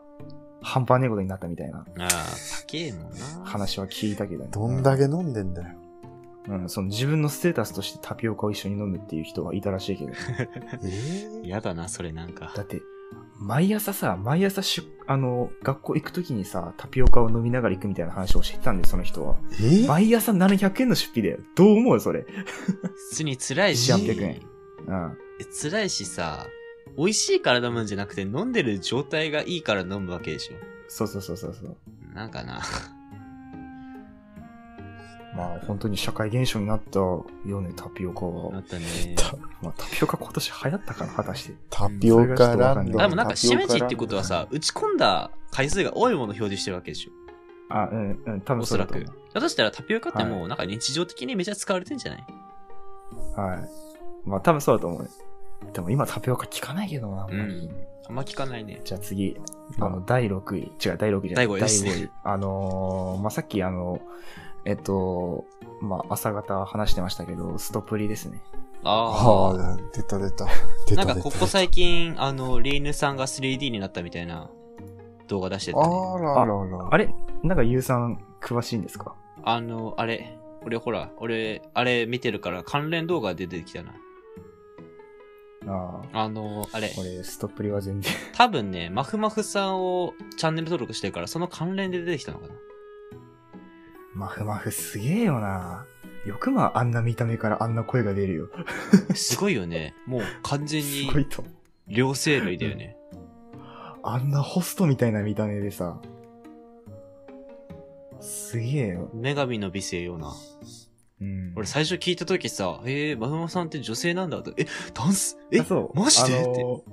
C: 半端ねえことになったみたいな
B: ああ、高えもんな。
C: 話は聞いたけどね。
A: どんだけ飲んでんだよ。
C: うん、うんその自分のステータスとしてタピオカを一緒に飲むっていう人はいたらしいけど。
A: えー
B: やだな、それなんか。
C: だって、毎朝さ、毎朝しゅ、あの、学校行くときにさ、タピオカを飲みながら行くみたいな話をしてたんで、その人は。
A: え
C: 毎朝700円の出費だよ。どう思うそれ。
B: 普通に辛いし。
C: 100円うん。
B: え辛いしさ、美味しいから飲むんじゃなくて飲んでる状態がいいから飲むわけでしょ。
C: そうそうそうそうそう。
B: なんかな。
C: まあ本当に社会現象になったよね、タピオカ
B: な
C: は。
B: ったね。
C: まあタピオカ今年流行ったかな、果たして。
A: タピオカラン
C: それがちょっとわかん
A: ド。
C: ない
B: でもなんか、しめじってことは
A: タ
B: さ、打ち込んだ回数が多いものを表示してるわけでしょ。
C: あ、うん、うん、多分
B: お
C: そ
B: そう
C: だ
B: ら
C: と
B: く
C: 思う。。
B: だとしたらタピオカってもうなんか日常的にめちゃ使われてんじゃない
C: はい。まあ多分そうだと思う。でも今タピオカ聞かないけどな、あん
B: う
C: まり。
B: ん。あんま聞かないね。
C: じゃあ次、あの、第6位。違う、第6位じゃない。
B: 第五位ですね
C: 第五位あのー、まあ、さっきあの、えっと、まあ、朝方話してましたけど、ストプリですね。
A: あ
B: あ
A: あ、出た出た。出た
B: あ。なん
A: 出た。
B: かここ最近、あの、リーヌさんが 3D になったみたいな動画出してたね。
A: あらあらあら。
C: あれなんかゆうさん詳しいんですか
B: あの、あれ。俺ほら、俺、あれ見てるから関連動画出てきたな。
C: ああ。
B: あの、あれ。
C: 俺、ストプリは全然。
B: 多分ね、まふまふさんをチャンネル登録してるから、その関連で出てきたのかな。
C: マフマフすげえよな。よくまあ、あんな見た目からあんな声が出るよ。
B: すごいよね。もう完全
C: す
B: に
C: ごいと思う。
B: 両生類だよね。
C: あんなホストみたいな見た目でさ。すげえよ。
B: 女神の美声ような。
C: うん。
B: 俺最初聞いた時さ、えー、まふまふさんって女性なんだと。え、ダンスえ
C: あ、そう。
B: マジで
C: あのー
B: って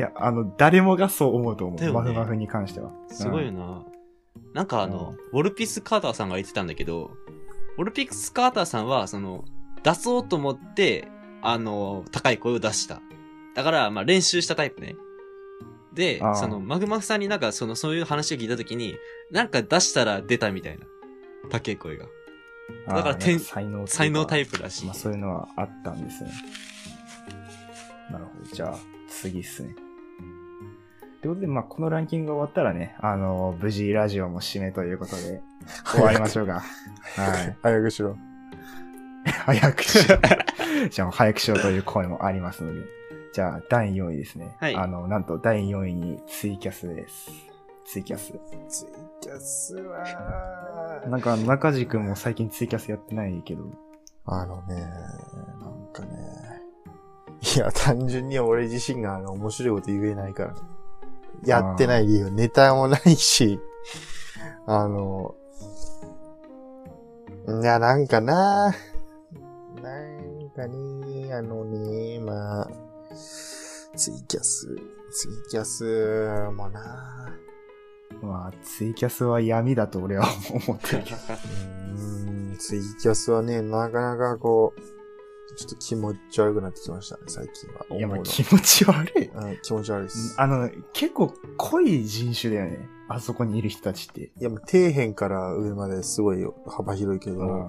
C: いや、あの、誰もがそう思うと思
B: だ
C: う。
B: よね
C: マフマフに関しては。
B: すごいよな。なんかあの、ウォルピス・カーターさんが言ってたんだけど、ウォルピス・カーターさんは、その、出そうと思って、あの、高い声を出した。だから、まあ練習したタイプね。で
C: あー、
B: その、マグマフさんになんか、その、そういう話を聞いたときに、なんか出したら出たみたいな。高い声が。
C: あー
B: だから
C: やっぱ
B: 天
C: 才能というか
B: 才能タイプらしい
C: まあ、。そういうのはあったんですね。なるほど。じゃあ、次っすね。ということで、まあ、このランキングが終わったらね、あの無事ラジオも締めということで、終わりましょう か。はい。
A: 早くしろ。
C: 早くしよう。 じゃあ、早くしようという声もありますので。じゃあ、第4位ですね。
B: はい
C: あの、なんと第4位にツイキャスです。ツイキャス。
A: ツイキャスは
C: なんか、中地君も最近ツイキャスやってないけど。
A: あのね、なんかね、いや、単純に俺自身があの面白いこと言えないから、やってない理由、ネタもないし、あの、いや、なんかな、なんかね、あのね、まあ、ツイキャス、ツイキャスもな、
C: まあ、ツイキャスは闇だと俺は思ってるけど。
A: うーんツイキャスはね、なかなかこう、ちょっと気持ち悪くなってきましたね、最近は。
C: いや、まあ、
A: 思うの
C: 気持ち悪い。
A: うん、気持ち悪いです。
C: あの、結構濃い人種だよね。あそこにいる人たちって。
A: いや、もう底辺から上まですごい幅広いけど、
C: うん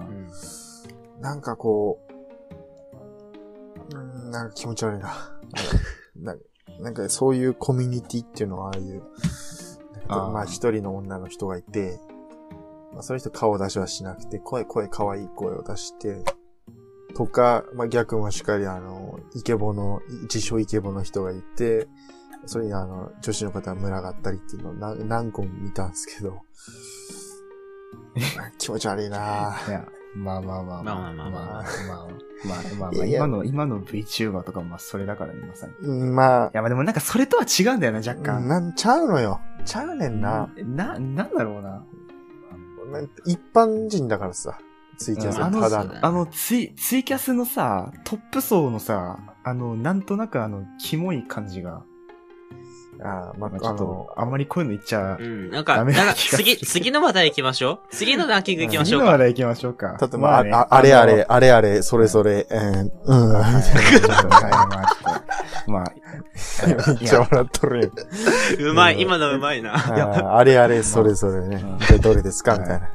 A: なんかこう、うーんなんか気持ち悪いな。 なんかなんかそういうコミュニティっていうのはああいう、なんか
C: あー
A: まあ一人の女の人がいて、まあその人顔出しはしなくて、声、声、可愛い声を出して、とか、まあ逆もしっかりあの、イケボの、自称イケボの人がいて、それにあの、女子の方が群がったりっていうのを何何個も見たんですけ ど、気持ち悪いなぁ。
C: いや、まあまあまあ
B: まあまあま
C: まあまあまあまあ
A: いやいや
C: 今の、今の VTuber とかもまあそれだからね、まさに。い
A: うんまあ、
C: や、まあでもなんかそれとは違うんだよな、若干。
A: なんちゃうのよ。ちゃうねんな。
C: な、なんだろうな。
A: なん一般人だからさ、ツイキャス
B: うん
A: は
C: あ
A: ただの。
B: ね
C: の、あのツイ、ツイキャスのさ、トップ層のさ、あの、なんとなくあの、キモい感じが、
A: あーま
C: まあち
A: あ、あ
C: ょっと
A: の、、
C: あんまりこういうの言っちゃ
B: う、ん。なんか、
C: ダ
B: な
C: メ
B: ん
C: な
B: か
C: 気がする
B: 次、次の話題行きましょう。次のランキング行きまし
C: 次
B: ょう
C: の
B: か。
C: 話題行きましょうか。
A: 例えば、あ
C: ね
A: ああれあれ
C: の、
A: あれあれ、それそれ、えーうん、
C: はい
A: うん。
C: はいまあ、ちょっと、まあ、
A: めっちゃ笑っとる
B: うまい、今のうまいな。
A: やん。あーあれあれ、それそれね
C: うん。
A: で、どれですか
C: はい
A: みたいな。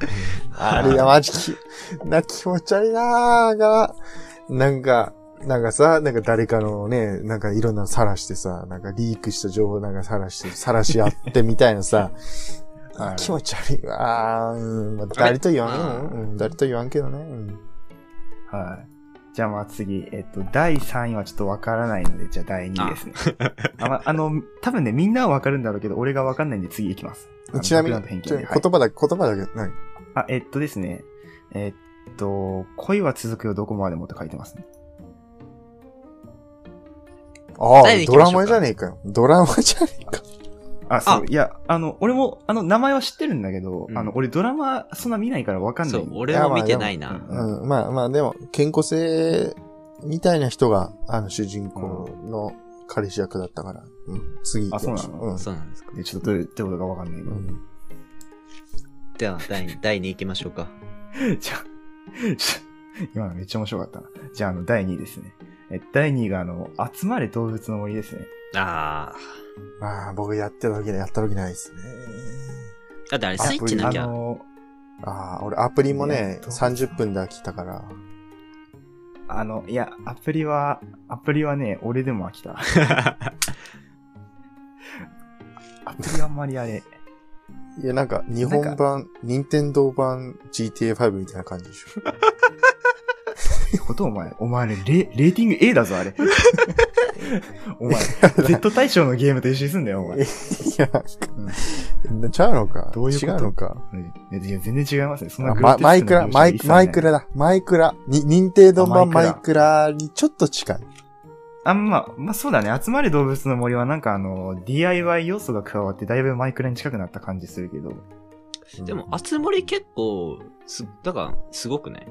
A: あ
C: あ
A: れがマジき、な、気持ち悪いなーが、なんか、なんかさ、なんか誰かのね、なんかいろんなの晒してさ、なんかリークした情報なんか晒して、晒し合ってみたいな さ、
C: はい
A: 気持ち悪いわー。うんまあ、誰と言わん、
B: あれ
A: うん、誰と言わんけどね。うん
C: はい。じゃあまあ次、えっと、第3位はちょっとわからないので、じゃあ第2位ですね。あまあの、多分ね、みんなはわかるんだろうけど、俺がわかんないんで次行きます。あの
A: ちなみ
C: 僕らの
A: に、
C: 偏見
A: ちなみ
C: で
A: に
C: はい
A: 言葉だけ、言葉だけ、何
C: あ、えっとですね、えっと、恋は続くよどこまでもって書いてますね。
A: ああ
B: 誰に、行き
A: ドラ
B: ましょうか
A: マじゃねえかよ。ドラマじゃねえか。
C: あ、そう
B: あ、
C: いや、あの、俺も、あの、名前は知ってるんだけど、
B: うん
C: あの、俺ドラマそんな見ないからわかんな
B: そ
C: い。
B: う、俺も見てない
C: いやまあ
B: な。
C: でも
A: うん、まあまあ、でも、健康性みたいな人が、あの、主人公の彼氏役だったから。うん、次行きましょ
C: あそうなの
A: ん
B: そうなんですか。
C: でちょっとどういうどういうことかわかんないけど。
B: では、第2、第2行き ましょうか。
C: じゃあ、ちょ今のめっちゃ面白かったな。じゃあ、あの、第2位ですね。え、第2位が、あの、集まれ動物の森ですね。
B: あ
A: まあ、僕やってた時やった時ないですね。
B: ー。だってあれ、スイッチな
C: あ
B: きゃ。
C: の、
A: ああ、俺アプリも
C: いや
A: ね、
C: どう
A: 30分で飽きたから。
C: あの、いや、アプリは、アプリはね、俺でも飽 きた。アプリあんまりあれ。
A: いや、なんか、日本版、任天堂版 GTA5 みたいな感じでし ょ。
C: え、ことお前、お前ね、レ、レーティング A だぞ、あれ。お前、Z 対象のゲームと一緒にすんだよ、お前。
A: えいや、なんかちゃうのか
C: どういう
A: 違
C: こと
A: うのか
C: えいや、全然違いますね。そんな
A: あ
C: グロ
A: ま
C: テスクな
A: マイクラ、
C: 描写
A: マイ
C: 一切
A: ク、
C: な
A: マ
C: い
A: イクラだ。マイクラ。に、認定堂版
C: あ
A: マ
C: マイ
A: イクラにちょっと近い。
C: あんま、まあそうだね。集まれ動物の森はなんかあの、DIY 要素が加わってだいぶマイクラに近くなった感じするけど。
B: でも、あつ森結構、す、だから、すごくね。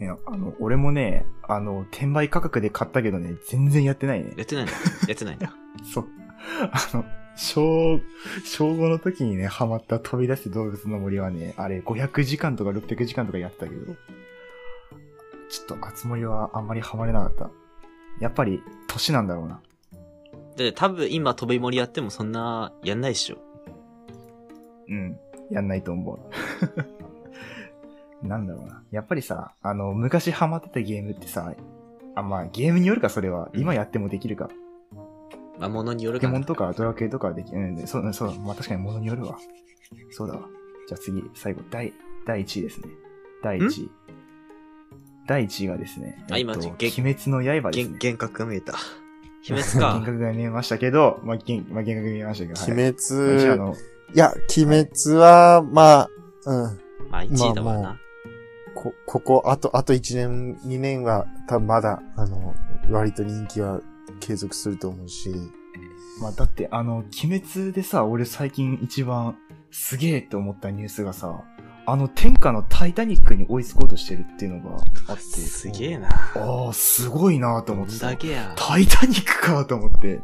C: いや、あの、俺もね、あの、転売価格で買ったけどね、全然やってないね。
B: やって ないんだ。やってないんだ。
C: そう。 あの、小、小5の時にね、ハマった飛び出す動物の森はね、あれ500時間とか600時間とかやってたけど、ちょっとあつ森はあんまりハマれなかった。やっぱり、年なんだろうな。
B: で、多分今飛び森やってもそんな、やんないっしょ。
C: うん。やんないと思 う。なんだろうな。やっぱりさ、あの、昔ハマってたゲームってさ、あ、まあ、ゲームによるか、それは。今やってもできるか。
B: まあ、ものによ
C: ポ
B: る
C: ケ
B: か
C: モ
B: な
C: ン。とかドラクエとかはできうん、そう、そう、まあ確かに物によるわ。そうだわ。じゃあ次、最後、第、第1位ですね。第1位。第1位がですね、
B: あ今
C: えっと、
B: げ
C: 鬼滅の刃ですね。
B: 幻幻覚が見えた。鬼
C: 幻
B: 滅か。
C: 覚が見えましたけど、まあ、幻まあ、幻覚見えましたけど、はい。
A: 鬼
C: 私あ
A: 滅、
C: の、
A: いや、鬼滅は、まあ、うん。
B: まあ、1位だわ
A: まあ
B: な。
A: こ、ここ、あと、あと1年、2年は、多分まだ、あの、割と人気は継続すると思うし、
C: まあ、だって、あの、鬼滅でさ、俺最近一番すげえって思ったニュースがさ、あの、天下のタイタニックに追いつこうとしてるっていうのがあって、
B: すげえな。
C: ああ、すごいなと思って
B: ふ
C: さ
B: ざ、けや。
C: タイタニックかと思って。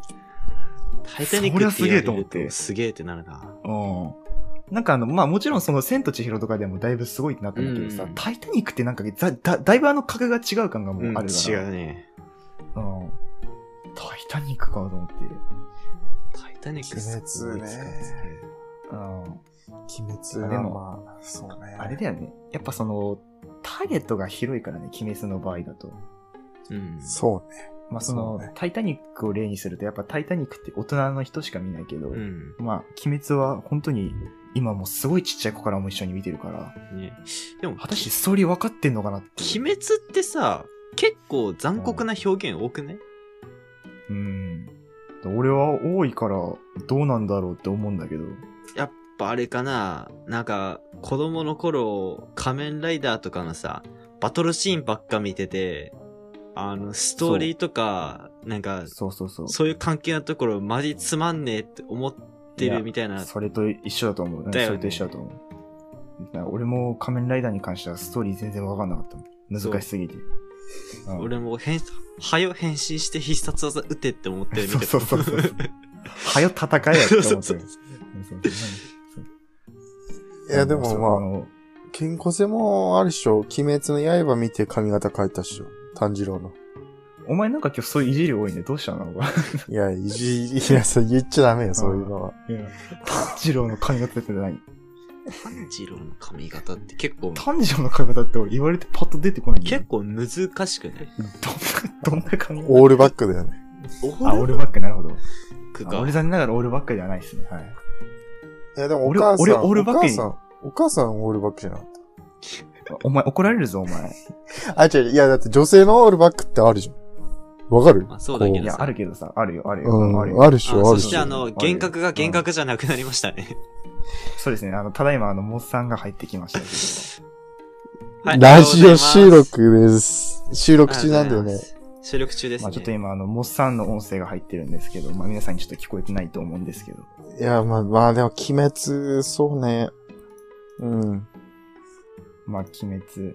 B: タイタニックって言われるとすげえってなるな。
C: うん。なんかあの、まあもちろんその千と千尋とかでもだいぶすごいってなったんだけどさ、
B: うん
C: タイタニックってなんかだだだいぶあの格が違う感がもうあ
B: う
C: る
B: ん、
C: から、
B: 違うね。
C: うん。タイタニックかと思って。
B: タイタニックすご
A: 鬼
B: い
A: 滅ね
B: す
C: う
B: ごい
C: ん。
A: 鬼滅
C: で
A: は、
C: も
A: まあ、そうね。
C: あれだよね。やっぱその、ターゲットが広いからね、鬼滅の場合だと。
B: うん。
A: そうね。
C: まあその、
A: そうね
C: タイタニックを例にすると、やっぱタイタニックって大人の人しか見ないけど、
B: うん。
C: まあ、鬼滅は本当に今もうすごいちっちゃい子からも一緒に見てるから、
B: ね。でも、
C: 果たしてストーリー分かってんのかなっていう。
B: 鬼滅ってさ、結構残酷な表現多くね
C: うん。俺は多いからどうなんだろうって思うんだけど。
B: やっぱあれかななんか、子供の頃、仮面ライダーとかのさ、バトルシーンばっか見てて、あの、ストーリーとか、なんか、
C: そうそうそう。
B: そういう関係のところ、マジつまんねえって思ってるみたいな。
C: それと一緒だと思う。うん
B: だよね
C: それと一緒だと思う。だから俺も仮面ライダーに関してはストーリー全然分かんなかったもん。難しすぎて。うん
B: 俺も変、はよ変身して必殺技打てって思ってるみたいな。
C: そうそうそうそうはよ戦えやって思ってる。
B: そうそうそ
C: そう
B: う
C: そうそ
A: い
C: う
A: や、で
C: そう
A: もまあ、
C: の
A: 健康性もあるっしょ。鬼滅の刃見て髪型変えたっしょ。炭治 郎の。
C: お前なんか今日そういういじり多いね。どうしたのお前
A: いや、いじ、いや、そう言っちゃダメよ、そういうのは。
C: 炭治郎の髪型って何
B: 炭治郎の髪型って結構、
C: 炭治郎の髪型って俺言われてパッと出てこないんだよ
B: 結構難しくね。
C: どんな、どんな髪型
A: オールバックだよね。
C: あ、オールバック、なるほど。
B: ク
C: あ
B: か
C: 俺。残念ながらオールバックではないですね。はい。
A: いや、でもお
C: 俺
A: 母さん、
C: 俺オールバックに
A: お母さん、お母さんオールバックじゃなかっ
C: お前怒られるぞ、お前。
A: た。あ、違う、いや、だって女性のオールバックってあるじゃん。わかる
B: まあそうだけ
C: い
B: ど
C: や、あ
B: さ
C: る。けどさ、あるよ、あるよ。
A: うん、
C: あ
A: あ
C: る
A: る
C: よ。
A: で
B: あ
A: しょ、あ
B: そ
A: る
B: し
A: してょ。
B: あの、
C: ある
B: 幻覚が
C: うん
B: 幻覚じゃなくなりましたね。
C: そうですね、あの、ただいま、あの、モスさんが入ってきましたけど。
B: はい
A: ラジオ収録です。収録中なんだよ。
B: ありがとうござい
A: ね
B: ま。す収録中ですね。
C: まあ、ちょっと今、あの、モスさんの音声が入ってるんですけど、まあ、皆さんにちょっと聞こえてないと思うんですけど。
A: いや、まあ、まあ、でも、鬼滅、そうね。うん。
C: まあ、鬼滅。い
B: んど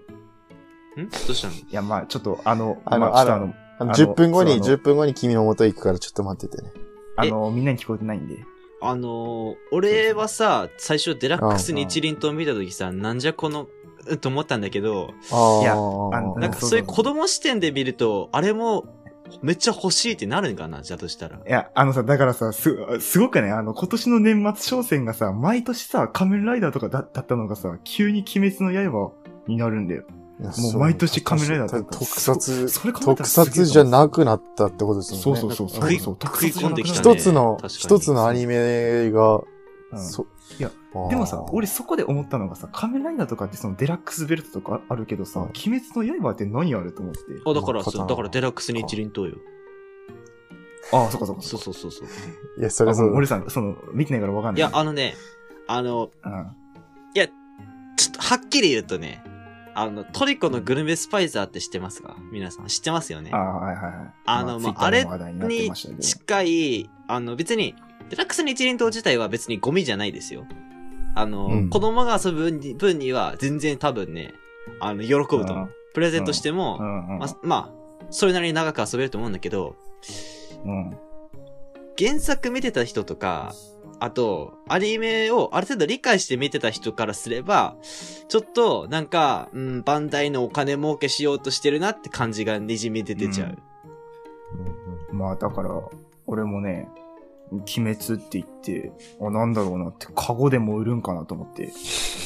B: うしたの
C: や、まあ、ちょっと、あの、
A: あの
C: まあ、ちょっとあの、
A: あの
C: あの
A: 10分後に、
C: そうあの
A: 10分後に君の元行くからちょっと待っててね。
C: あの、みんなに聞こえてないんで。
B: あのー俺はさ、最初デラックスに一輪灯見たときさ、なんじゃこの、うんと思ったんだけど、
A: ああ。
C: いやあの
A: の
B: なんかそういう子供視点で見ると、あれも、めっちゃ欲しいってなるんかなじゃあとしたら
C: い。や、あのさ、だからさ、す、すごくね、あの、今年の年末商戦がさ、毎年さ、仮面ライダーとかだだったのがさ、急に鬼滅の刃になるんだよ。もう毎年仮面ライダーだった
A: 特撮、
C: それ考えたら
A: 特撮じゃなくなったってことですよね。
C: そうそうそう。
B: なんか食い
C: そうそう
B: 食い込んできたね
A: 一つの
B: 確、かに
A: 一つのアニメが、
C: うん
A: そ
C: いや、
A: あー
C: でもさ、俺、そこで思ったのがさ、仮面ライダーとかってそのデラックスベルトとかあるけどさ、
A: うん
C: 鬼滅の刃って何あると思って。
B: あ、だから、
A: まあ
B: そうだからデラックスに一輪灯よ。
C: ああ、そっかそっか
B: そう
C: そっか。
B: そうそうそう。
A: いや、それ
C: あ
A: はそう
C: 俺さ、その、見てないからわかんない
B: い。や、あのね、あの、
C: うん。
B: ちょっとはっきり言うとね、あの、トリコのグルメスパイザーって知ってますか皆さん知ってますよね
C: ああ、はいはいはい。
B: あの
C: ま
B: まああれ
C: Twitter の話題になってましたけど
B: 近い、あの、別に、デラックスの一輪灯自体は別にゴミじゃないですよ。あの、
A: うん
B: 子供が遊ぶ分に分には全然多分ね、あの、喜ぶと
C: う
B: 思
C: ん
B: う。プレゼントしても、
C: うんうん
B: まあ、まあ、それなりに長く遊べると思うんだけど、
C: うん。
B: 原作見てた人とか、あと、アニメをある程度理解して見てた人からすれば、ちょっと、なんか、うん、バンダイのお金儲けしようとしてるなって感じがにじみ出てちゃう。
A: うんうん
C: まあだから、俺もね、鬼滅って言って、あ、なんだろうなって、カゴでも売るんかなと思って。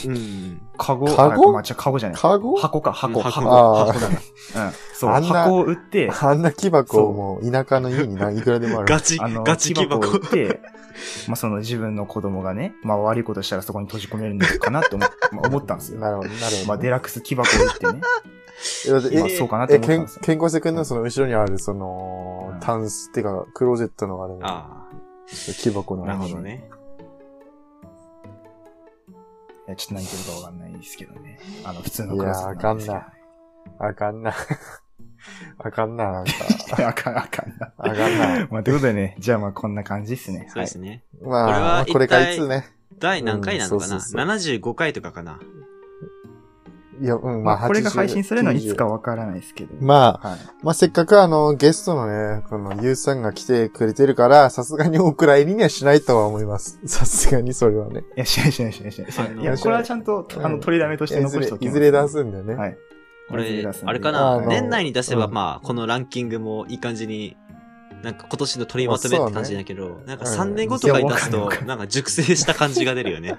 B: うん。
C: カゴ、
A: カゴ
C: あまあ、じゃあカゴじゃない。
A: カゴ
C: 箱か、箱、
B: うん
C: 箱、
A: あー
C: 箱だ ね。うん。そう、
A: あんな
C: 箱を売って、
A: あんな木箱もう田舎の家に何いくらでもある。
D: ガチ、
C: あの、
D: ガチ木箱。
C: 木を売って、まあ、その自分の子供がね、まあ、悪いことしたらそこに閉じ込めるのかなって思,、 まあ、思ったんですよ。
A: なるほど、なるほ
C: まあ、
A: ど。
C: デラックス木箱を売ってね。
A: えだって
C: まあ、
A: え
C: そうかなって
A: え、
C: 思った
A: け
C: ん
A: ん
C: ですよ。
A: 健康してくんのその後ろにある、その
C: うん、
A: タンス、ってか、クローゼットのあれの、
D: あ
A: 木箱の
D: あ、
A: あれ
D: なる
A: に
D: ほどね。
C: いやちょっと何言ってるかわかんないですけどね。あの、普通の
A: いやー
C: クロス
A: わかあかんな。 あかんな、 なんか。
C: い や、あかん、あかんな。
A: あかんな。
C: まあ、ということでね、じゃあまあ、こんな感じですね。
D: そうですね。
A: まあ、
B: これは
A: まあこれがい
B: 一体
A: つね。
B: 第何回なのかな、
A: うんそうそうそう
B: ?75 回とかかな。
A: いや、うん、
C: ま
A: ま
C: あ、
A: あ、
C: これが
A: 80
C: 配信するのはいつか。わからないですけど。
A: ま
C: あ、はい。
A: 90まあ、せっかくあの、ゲストのね、この、ゆうさんが来てくれてるから、さすがにお蔵入りにはしないとは思います。さすがにそれはね。
C: いや、しないしないしないしないしな
B: あ
C: い。
B: の
C: いや、これはちゃんと、あの、取りだめとして
A: いず
C: 残
A: れ
C: しておき
A: い
C: ます。
A: ずれ出すんだよね。
C: はい。
B: こ
C: いず
B: れ
C: 出す、んで
B: あれか
A: あ
B: な
A: の
B: 年内に出せば、
A: うん
B: まあ、このランキングもいい感じに、なんか今年の取りまとめって感じだけど、なんか
A: うん
B: 3年後とかに出す
C: いやわかん
B: と
C: ないわかん、ない
B: なんか熟成した感じが出る よね。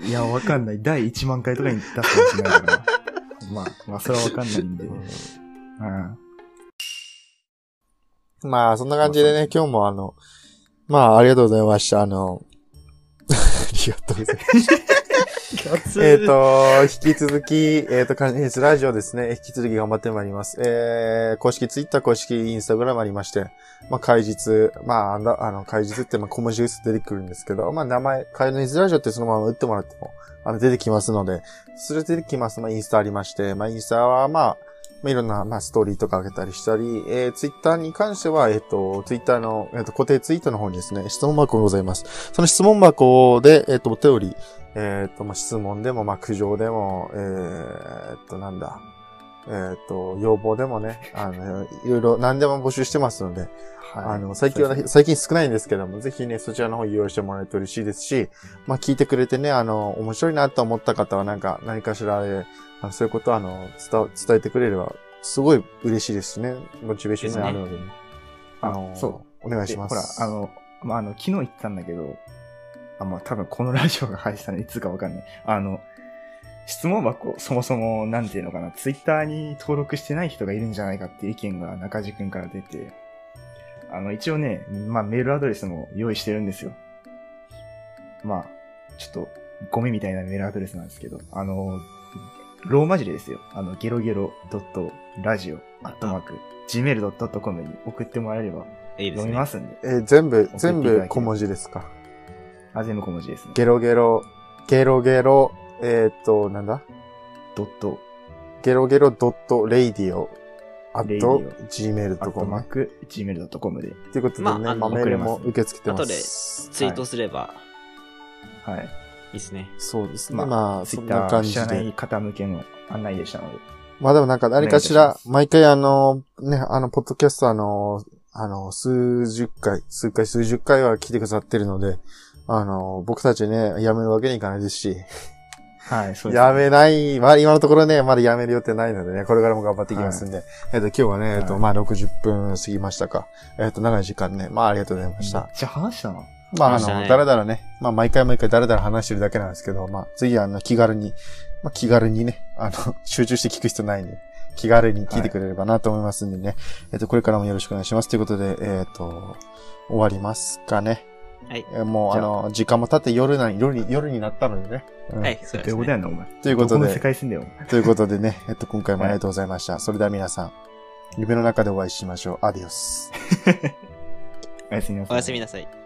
C: いや、わかんない。第1万回とかに出すかもしれないから。まあ、まあ、それはわかんないんで。うん。
A: まあ、そんな感じでね、今日もあの、まあ、ありがとうございました。あの、 ありがとうございます。えっ、と、引き続き、えっ、と、関スラジオですね、引き続き頑張ってまいります。えー、公式ツイッター、公式インスタグラムありまして、まあ、解実、まあ、あんだあの、解実って、まあ、小文字薄出てくるんですけど、まあ、名前、関連スラジオってそのまま打ってもらっても、あの、出てきますので、それ出てきます。まあ、インスタありまして、まあ、インスタは、まあ、まあ、いろんな、まあ、ストーリーとか上げたりしたり、えー、ツイッターに関しては、えっ、と、ツイッターの、えっ、と、固定ツイートの方にですね、質問箱がございます。その質問箱で、えっ、と、お便り、えっ、と、まあ、質問でも、まあ、苦情でも、えー、っと、なんだ、えー、っと、要望でもね、あの、いろいろ何でも募集してますので、
C: はい。
A: あの、最近は、最近少ないんですけども、ぜひね、そちらの方利用してもらえると嬉しいですし、まあ、聞いてくれてね、あの、面白いなと思った方は、なんか、何かしらで、あのそういうことを、あの、伝、伝えてくれれば、すごい嬉しいですしね。モチベーションになるので、ね、あの、。
C: そう
A: お願
C: う
A: いします。
C: でほら、あの、まあ、あの、昨日言ったんだけど、あ、まあ、多分このラジオが配信されるいつかわかんない。あの、質問箱、そもそも、なんていうのかな、ツイッターに登録してない人がいるんじゃないかっていう意見が中地くんから出て、あの、一応ね、まあ、メールアドレスも用意してるんですよ。まあ、ちょっと、ゴミみたいなメールアドレスなんですけど、あの、ローマ字でですよ。あの、ゲロゲロドットラジオアットマーク、gmail.com に送ってもらえれば
B: いいです
C: 読み
B: ね
C: ま。すんで。
A: えー全部、
C: ていただけれ
A: 全
C: ば
A: 部小文字ですか。
C: あ、全部小文字ですね。
A: ゲロゲロ、ゲロゲロ、えー、っと、なんだ
C: ドット、
A: ゲロゲロドットレイディオ、あと、
C: radio
A: gmail
C: ア
A: と
C: ッ
A: か
C: トマー
A: も。
C: ク、gmail.com で。
A: ということでね、
B: まああの
A: まあ、メールも受け付けてます。
B: 送れまツイートすれば
C: はい。
B: いいですね。
A: そうですね。
C: ま
A: ま
C: あ
A: あ、
C: ツイ
A: そ
C: ッ
A: ん
C: タ
A: な
C: ー
A: 感
C: 知
A: じ
C: らな
A: で
C: い。方向けの案内でしたので。
A: まあでもなんか何かし
C: お願いい
A: ら
C: た、
A: 毎回あの、ね、あの、ポッドキャストあの、あの、数十回、数回、数十回は来てくださってるので、あの、僕たちね、やめるわけにいかないですし、
C: はい、そうです、
A: やめない、まあ今のところね、まだやめる予定ないのでね、これからも頑張っていきますんで、えっと、今日はね、えっ
C: は
A: と、
C: い
A: まあ60分過ぎましたか。えっと、長い時間ね、まあありがとうございま
C: めっ
A: し
C: ち
A: た。
C: ゃ話したな。
A: まあ、あ
B: 話した
A: の、
B: ね
A: だらだらね、まあ、毎回毎回だらだら話してるだけなんですけど、まあ、次は、あの、気軽に、まあ、気軽にね、あの、 集中して聞く必要ないんで、気軽に聞いてくれればなと思いますんでね、えっと、これからもよろしくお願いします。ということで、えっと、終わりますかね。
B: はい
A: えー。もう、
C: じ
A: あ
C: ゃ
A: の、時間も経って夜な、夜に、夜になったのでね。うん
B: はい、そ
C: ど
B: う
C: ういう
B: です
C: こと
B: ね。
C: やねん、お前。
A: というこ
C: どことの
A: で
C: 世、界住んでよ。
A: ということでね、えっと、今回もありがとうございました。それでは皆さん、夢の中でお会いしましょう。アディオス。
C: おやすみなさい。
B: おやすみなさい。